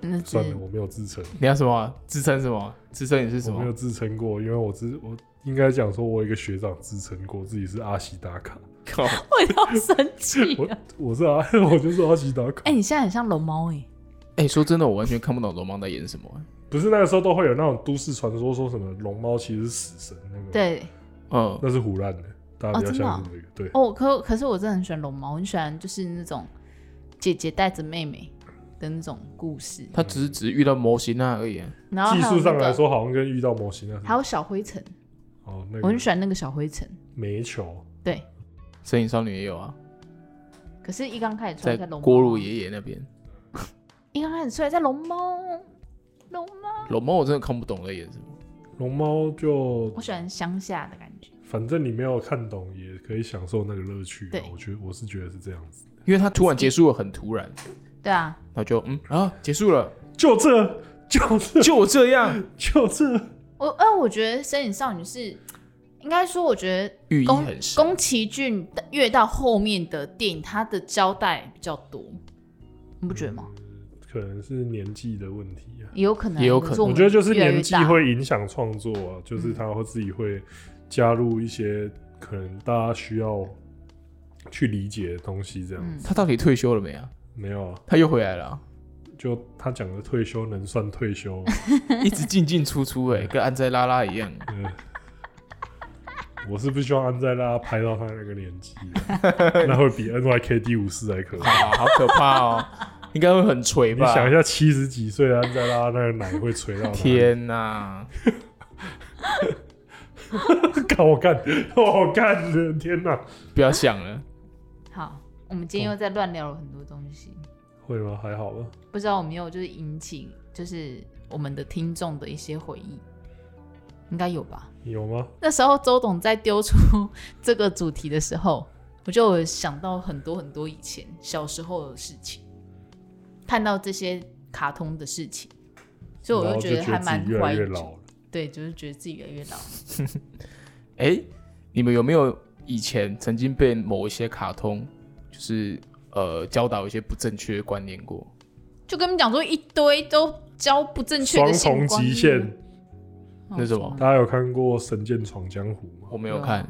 S3: 那是
S1: 算了，我没有自称，
S2: 你要什么啊自称什么？自称你是什
S1: 我没有
S2: 么？
S1: 自称过，因为我自我应该讲说，我有一个学长自称过自己是阿西达卡，
S2: 靠，
S3: [laughs] 我要生气
S1: 我
S3: 了。
S1: 我是阿， [laughs] 我就是阿西达卡。
S3: 哎、你现在很像龙猫哎，
S2: 哎，说真的，我完全看不懂龙猫在演什么。
S1: 不是那个时候都会有那种都市传说，说什么龙猫其实是死神那个，，
S3: 对
S2: 嗯，
S1: 那是胡乱的，大家
S3: 哦
S1: 不要
S3: 真的
S1: 相
S3: 哦
S1: 信这个。对，
S3: 哦，可可是我真的很喜欢龙猫，我很喜欢就是那种姐姐带着妹妹的那种故事。
S2: 他只是只是遇到模型那而已啊。
S3: 然后
S1: 技
S3: 还有
S1: 术上
S3: 那
S1: 来
S3: 个
S1: 说，好像跟遇到模型那
S3: 还
S1: 样。
S3: 有小灰尘，
S1: 哦，那
S3: 我
S1: 个
S3: 很喜欢那个小灰尘。
S1: 煤球，
S3: 对，
S2: 《神隐少女》也有啊，
S3: 可是一刚开始出
S2: 在
S3: 来在龙猫，啊
S2: 锅炉爷爷那边，
S3: 一刚开始出来在龙猫，龙猫。
S2: 龙猫我真的看不懂在演什么。
S1: 龙猫就
S3: 我喜欢乡下的感觉，
S1: 反正你没有看懂，也可以享受那个乐趣啊。
S3: 对
S1: 我觉得我是觉得是这样子，
S2: 因为他突然结束了，很突然，
S3: 对啊，
S2: 他就嗯啊结
S1: [laughs]
S2: 束了，
S1: 就这，就这， [laughs]
S2: 就这样，
S1: 就这。
S3: 我哎、我觉得《身影少女》是，应该说，我觉得
S2: 寓意
S3: 宫
S2: 很深。
S3: 宫崎骏的越到后面的电影，他的交代比较多，你不觉得吗？
S1: 可能是年纪的问题啊。
S3: 也有可能，
S2: 也有可能
S3: 是我
S1: 我
S3: 们
S1: 觉得就是
S3: 越来越
S1: 年纪
S3: 大，
S1: 会影响创作啊，就是他会自己会加入一些可能大家需要去理解的东西，这样、
S3: 嗯，
S2: 他到底退休了没啊？
S1: 没有啊？
S2: 他又回来了啊、
S1: 就他讲的退休能算退休？啊
S2: 一直进进出出、欸，哎，跟安在拉拉一样。
S1: 呃我是不希望安在拉拍到他那个年
S2: [laughs]
S1: 纪啊，那会比 NYKD 五四还可怕。
S2: 好好可怕
S1: [laughs]
S2: 哦，应该会很垂
S1: 你
S2: 吧？
S1: 想一下，七十几岁的安在拉那个奶会垂到哪里？
S2: 天哪、
S1: 干我干，我干的天哪，
S2: 不要想了，
S3: 好，我们
S1: 哦
S3: 今天又在乱聊了很多东西，
S1: 会吗？还好吧。
S3: 不知道有没有就是引起就是我们的听众的一些回忆，应该有吧？
S1: 有吗？
S3: 那时候周董在丢出这个主题的时候，我就有想到很多很多以前小时候的事情，看到这些卡通的事情，所以我
S1: 然后
S3: 就
S1: 就
S3: 觉得还
S1: 自
S3: 蛮
S1: 己越来
S3: 怀
S1: 越
S3: 旧。
S1: 老了。
S3: 对，就是觉得自己越来越老。
S2: 哎、你们有没有以前曾经被某一些卡通，就是呃教导一些不正确的观念过？
S3: 就跟你们讲说一堆都教不正确
S1: 双
S3: 的性
S1: 重
S3: 观
S1: 极
S3: 念
S1: 限，
S3: 哦
S2: 那什么
S1: 大家有看过《神剑闯江湖》吗？
S2: 我没有啊看，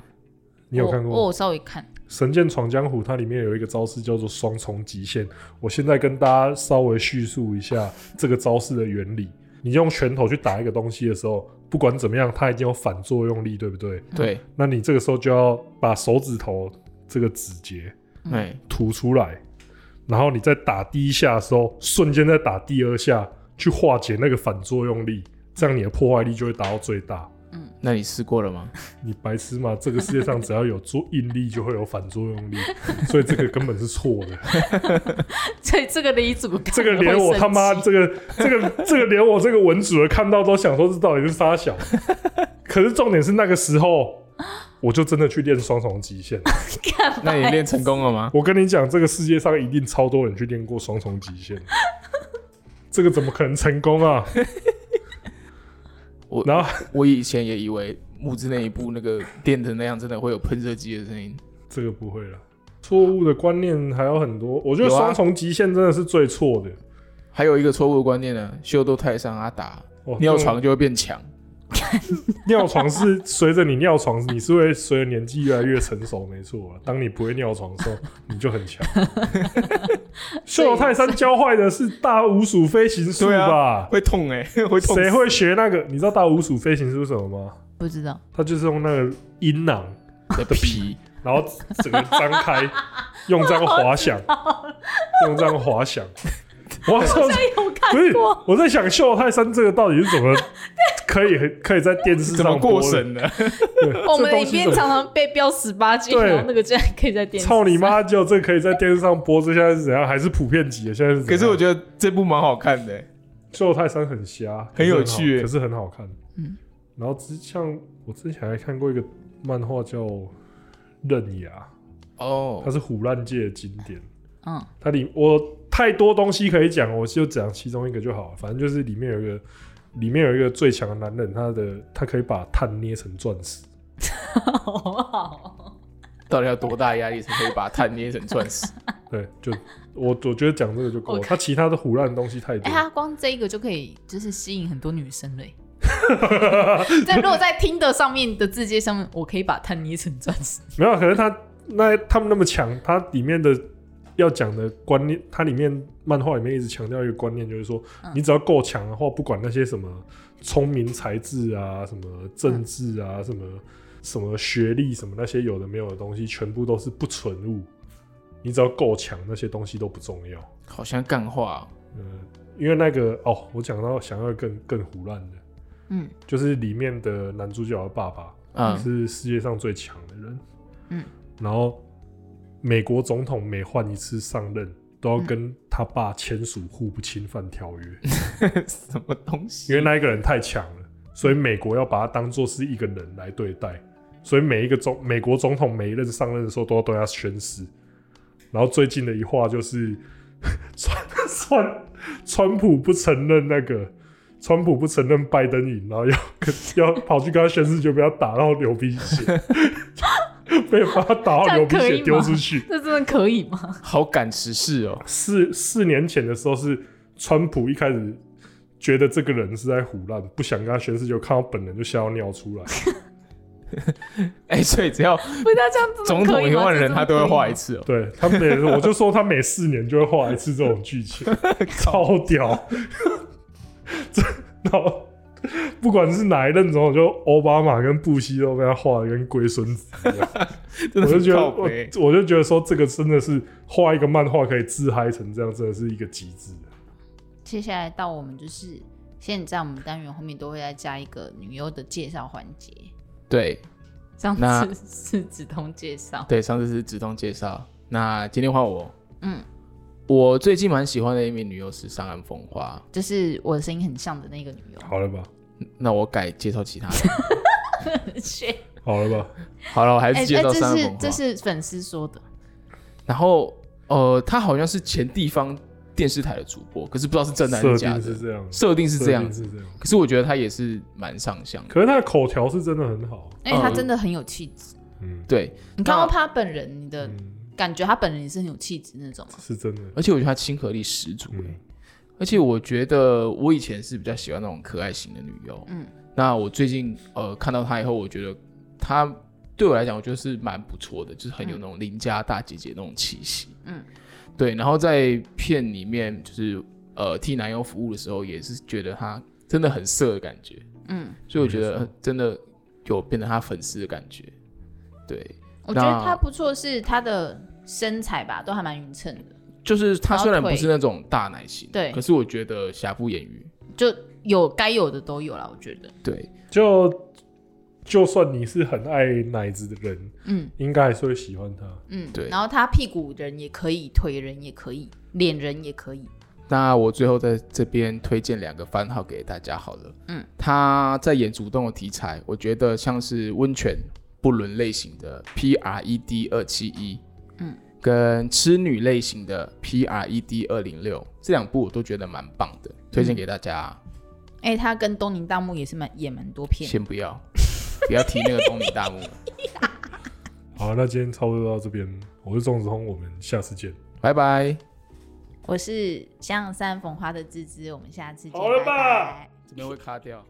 S1: 你有看过吗？
S3: 哦我我稍微看，
S1: 《神剑闯江湖》它里面有一个招式叫做双重极限。我现在跟大家稍微叙述一下这个招式的原理。你用拳头去打一个东西的时候，不管怎么样，它已经有反作用力，对不对？
S2: 对，
S1: 那你这个时候就要把手指头这个指节
S3: 嗯
S2: 哎、
S1: 吐出来，然后你在打第一下的时候，瞬间再打第二下去化解那个反作用力，这样你的破坏力就会达到最大。
S2: 那你试过了吗？ [laughs]
S1: 你白痴嘛！这个世界上只要有作应力，就会有反作用力，所以这个根本是错的。
S3: [laughs] 这这个李主，
S1: 这个连我他妈这个这个这个连我这个文主的看到都想说这到底是啥小。可是重点是那个时候，我就真的去练双重极限。
S3: 干
S2: 那你练成功了吗？
S1: 我跟你讲，这个世界上一定超多人去练过双重极限，这个怎么可能成功啊？
S2: 我
S1: 然后
S2: 我以前也以为木之那一部那个练成那样，真的会有喷射机的声音。
S1: 这个不会了。错误的观念还有很多，我觉得
S2: 有啊
S1: 双重极限真的是最错的。
S2: 还有一个错误的观念呢，秀逗太上阿达
S1: 哦
S2: 尿床就会变强。
S1: 尿床是随着你尿床，你是会随着年纪越来越成熟，没
S2: [laughs]
S1: 错、啊。当你不会尿床的时候，你就很强。秀老泰山教坏的是大五鼠飞行术
S2: 对
S1: 吧？
S2: 会痛哎、 [laughs] 会痛
S1: 谁、会学那个？你知道大五鼠飞行术是什么吗？
S3: 不知道，
S1: 它就是用那个阴囊，
S2: 的皮？
S1: 然后整个张开，用这样滑翔，用这样滑翔。我操！
S3: 有哎看
S1: 不是，我在想秀老泰山这个到底是怎么可以可以在电视
S2: 怎么
S1: 上播
S2: 过
S1: 的？
S2: 审的？
S1: 对
S3: 我们
S1: 这
S3: 的
S1: 东
S3: 影
S1: 西
S3: 片
S1: 怎么
S3: 常常被标十八禁，
S1: 对
S3: 然后那个竟然可以在电视，
S1: 操你！妈！就这可以在电视上播，这现在是怎样？还是普遍级的？现在是怎
S2: 可
S1: 样？
S2: 是我觉得这部蛮好看的欸、
S1: 秀泰山很瞎，
S2: 很有
S1: 可是好
S2: 趣欸
S1: 可是很好看。
S3: 嗯，
S1: 然后之像我之前还看过一个漫画叫《刃牙》，
S2: [laughs] 哦
S1: 它，是虎烂界的经典。
S3: 嗯，
S1: 它里我太多东西可以讲，我就讲其中一个就好了。反正就是里面有一个，里面有一个最强的男人，他的他可以把碳捏成钻石。
S3: 好哦好？
S2: 到底要多大压力才可以把碳捏成钻石？
S1: 对，就我我觉得讲这个就够了。
S3: 我
S1: 他其他的虎烂的东西太多
S3: 哎，
S1: 了。
S3: 他光这一个就可以就是吸引很多女生
S1: [laughs]
S3: 了欸。在如果在听的上面的字界上面，我可以把它捏成钻石。
S1: 没有，可能他那他们那么强，他里面的要讲的观念，它里面漫画里面一直强调一个观念，就是说、
S3: 嗯
S1: 你只要够强的话，不管那些什么聪明才智啊、什么政治啊、什么什么学历、什么那些有的没有的东西，全部都是不纯物。你只要够强，那些东西都不重要。
S2: 好像干话、哦。
S1: 嗯，因为那个哦，我讲到想要更更胡乱的，
S3: 嗯
S1: 就是里面的男主角的爸爸，[laughs]
S2: 嗯，
S1: 是世界上最强的人。
S3: 嗯，
S1: 然后美国总统每换一次上任，都要跟他爸签署互不侵犯条约，
S2: 什么东西？
S1: 因为那一个人太强了，所以美国要把他当做是一个人来对待。所以每一个总美国总统每一任上任的时候，都要对他宣誓。然后最近的一话就是， [laughs] 川川川普不承认那个，川普不承认拜登赢，然后要跟要跑去跟他宣誓，就不要打到流鼻血， [laughs] 被把他打到流鼻
S3: 这样可以
S1: 血
S3: 吗
S1: 丢出去。
S3: 这真的可以吗？
S2: 好赶时事哦。 [laughs]
S1: 四四年前的时候是川普一开始觉得这个人是在胡乱，不想跟他宣誓，就看到本人就吓到尿
S2: [laughs]
S1: 出来。
S2: 哎、所以只要
S3: [laughs] 不是这样子，
S2: 总统一万人，他都会画一次哦。
S1: 对他每，我就说他每四年就会画一次
S2: [laughs]
S1: [laughs] 这种剧情，超屌。这然后不管是哪一任总统，就奥巴马跟布希都被他画的跟龟孙
S2: [laughs]
S1: 子一样。
S2: 真
S1: 我
S2: 的
S1: 就是觉得
S2: 靠
S1: 我
S2: 北，
S1: 我就觉得说，这个真的是画一个漫画可以自嗨成这样，真的是一个极致。
S3: 接下来到我们就是现在我们单元后面都会再加一个女优的介绍环节，
S2: 对
S3: 上
S2: 那
S3: 次是止痛介绍，
S2: 对，上次是直通介绍，那今天换我。
S3: 嗯，
S2: 我最近蛮喜欢的一名女优是上岸风花，
S3: 就是我的声音很像的那个女 [laughs] 优，
S1: 好了吧，
S2: 那我改介绍其他人。
S3: 谢。
S1: 好了吧，
S2: [laughs] 好了，我还
S3: 哎
S2: 是
S3: 哎，
S2: 介绍
S3: 这
S2: 上岸
S3: 是
S2: 风花。
S3: 这是粉丝说的，
S2: 然后呃，她好像是前地方电视台的主播，可是不知道是真的还
S1: 设
S2: 是假
S1: 定是
S2: 的。
S1: 这样，
S2: 设定是这样
S1: 设定，是这样。
S2: 可是我觉得她也是蛮上相的。
S1: 可是他的口条是真的很好，
S3: 而且她
S2: 嗯啊
S3: 真的很有气质。
S1: 嗯，
S2: 对，
S3: 你看过
S2: 那
S3: 她本人，你的
S1: 嗯
S3: 感觉她本人也是很有气质那种吗？
S1: 是真的。
S2: 而且我觉得她亲和力十足、欸。
S1: 嗯，
S2: 而且我觉得我以前是比较喜欢那种可爱型的女优，
S3: 嗯，
S2: 那我最近呃看到她以后，我觉得她对我来讲，我觉得是蛮不错的，就是很有那种邻家大姐姐那种气息，
S3: 嗯，
S2: 对。然后在片里面就是呃替男优服务的时候，也是觉得她真的很色的感觉，
S3: 嗯，
S2: 所以我觉得
S1: 没错
S2: 呃真的有变成她粉丝的感觉，对，
S3: 我觉得
S2: 那
S3: 她不错，是她的身材吧，都还蛮匀称的，
S2: 就是她虽然
S3: 然后
S2: 不
S3: 腿
S2: 是那种大奶型，
S3: 对
S2: 可是我觉得瑕不掩瑜，
S3: 就有该有的都有啦。我觉得，
S2: 对，
S1: 就就算你是很爱奶子的人，
S3: 嗯
S1: 应该还是会喜欢他。
S3: 嗯，
S2: 对
S3: 然后她屁股人也可以，腿人也可以，脸人也可以。
S2: 那我最后在这边推荐两个番号给大家好了。
S3: 嗯，
S2: 他在演主动的题材，我觉得像是温泉不伦类型的 P R E D 二七一，
S3: 嗯，
S2: 跟痴女类型的 P R E D 二零六，这两部我都觉得蛮棒的，推荐给大家。
S3: 哎、她跟东尼大木也是蛮也蛮多片的。
S2: 先不要，不要提那个东尼大木了，
S1: 好，那今天差不多到这边，我是钟子通，我们下次见。
S2: 拜拜。
S3: 我是像三逢花的芝芝，我们下次见，
S1: 好了吧
S3: 拜拜
S2: 这边会卡掉。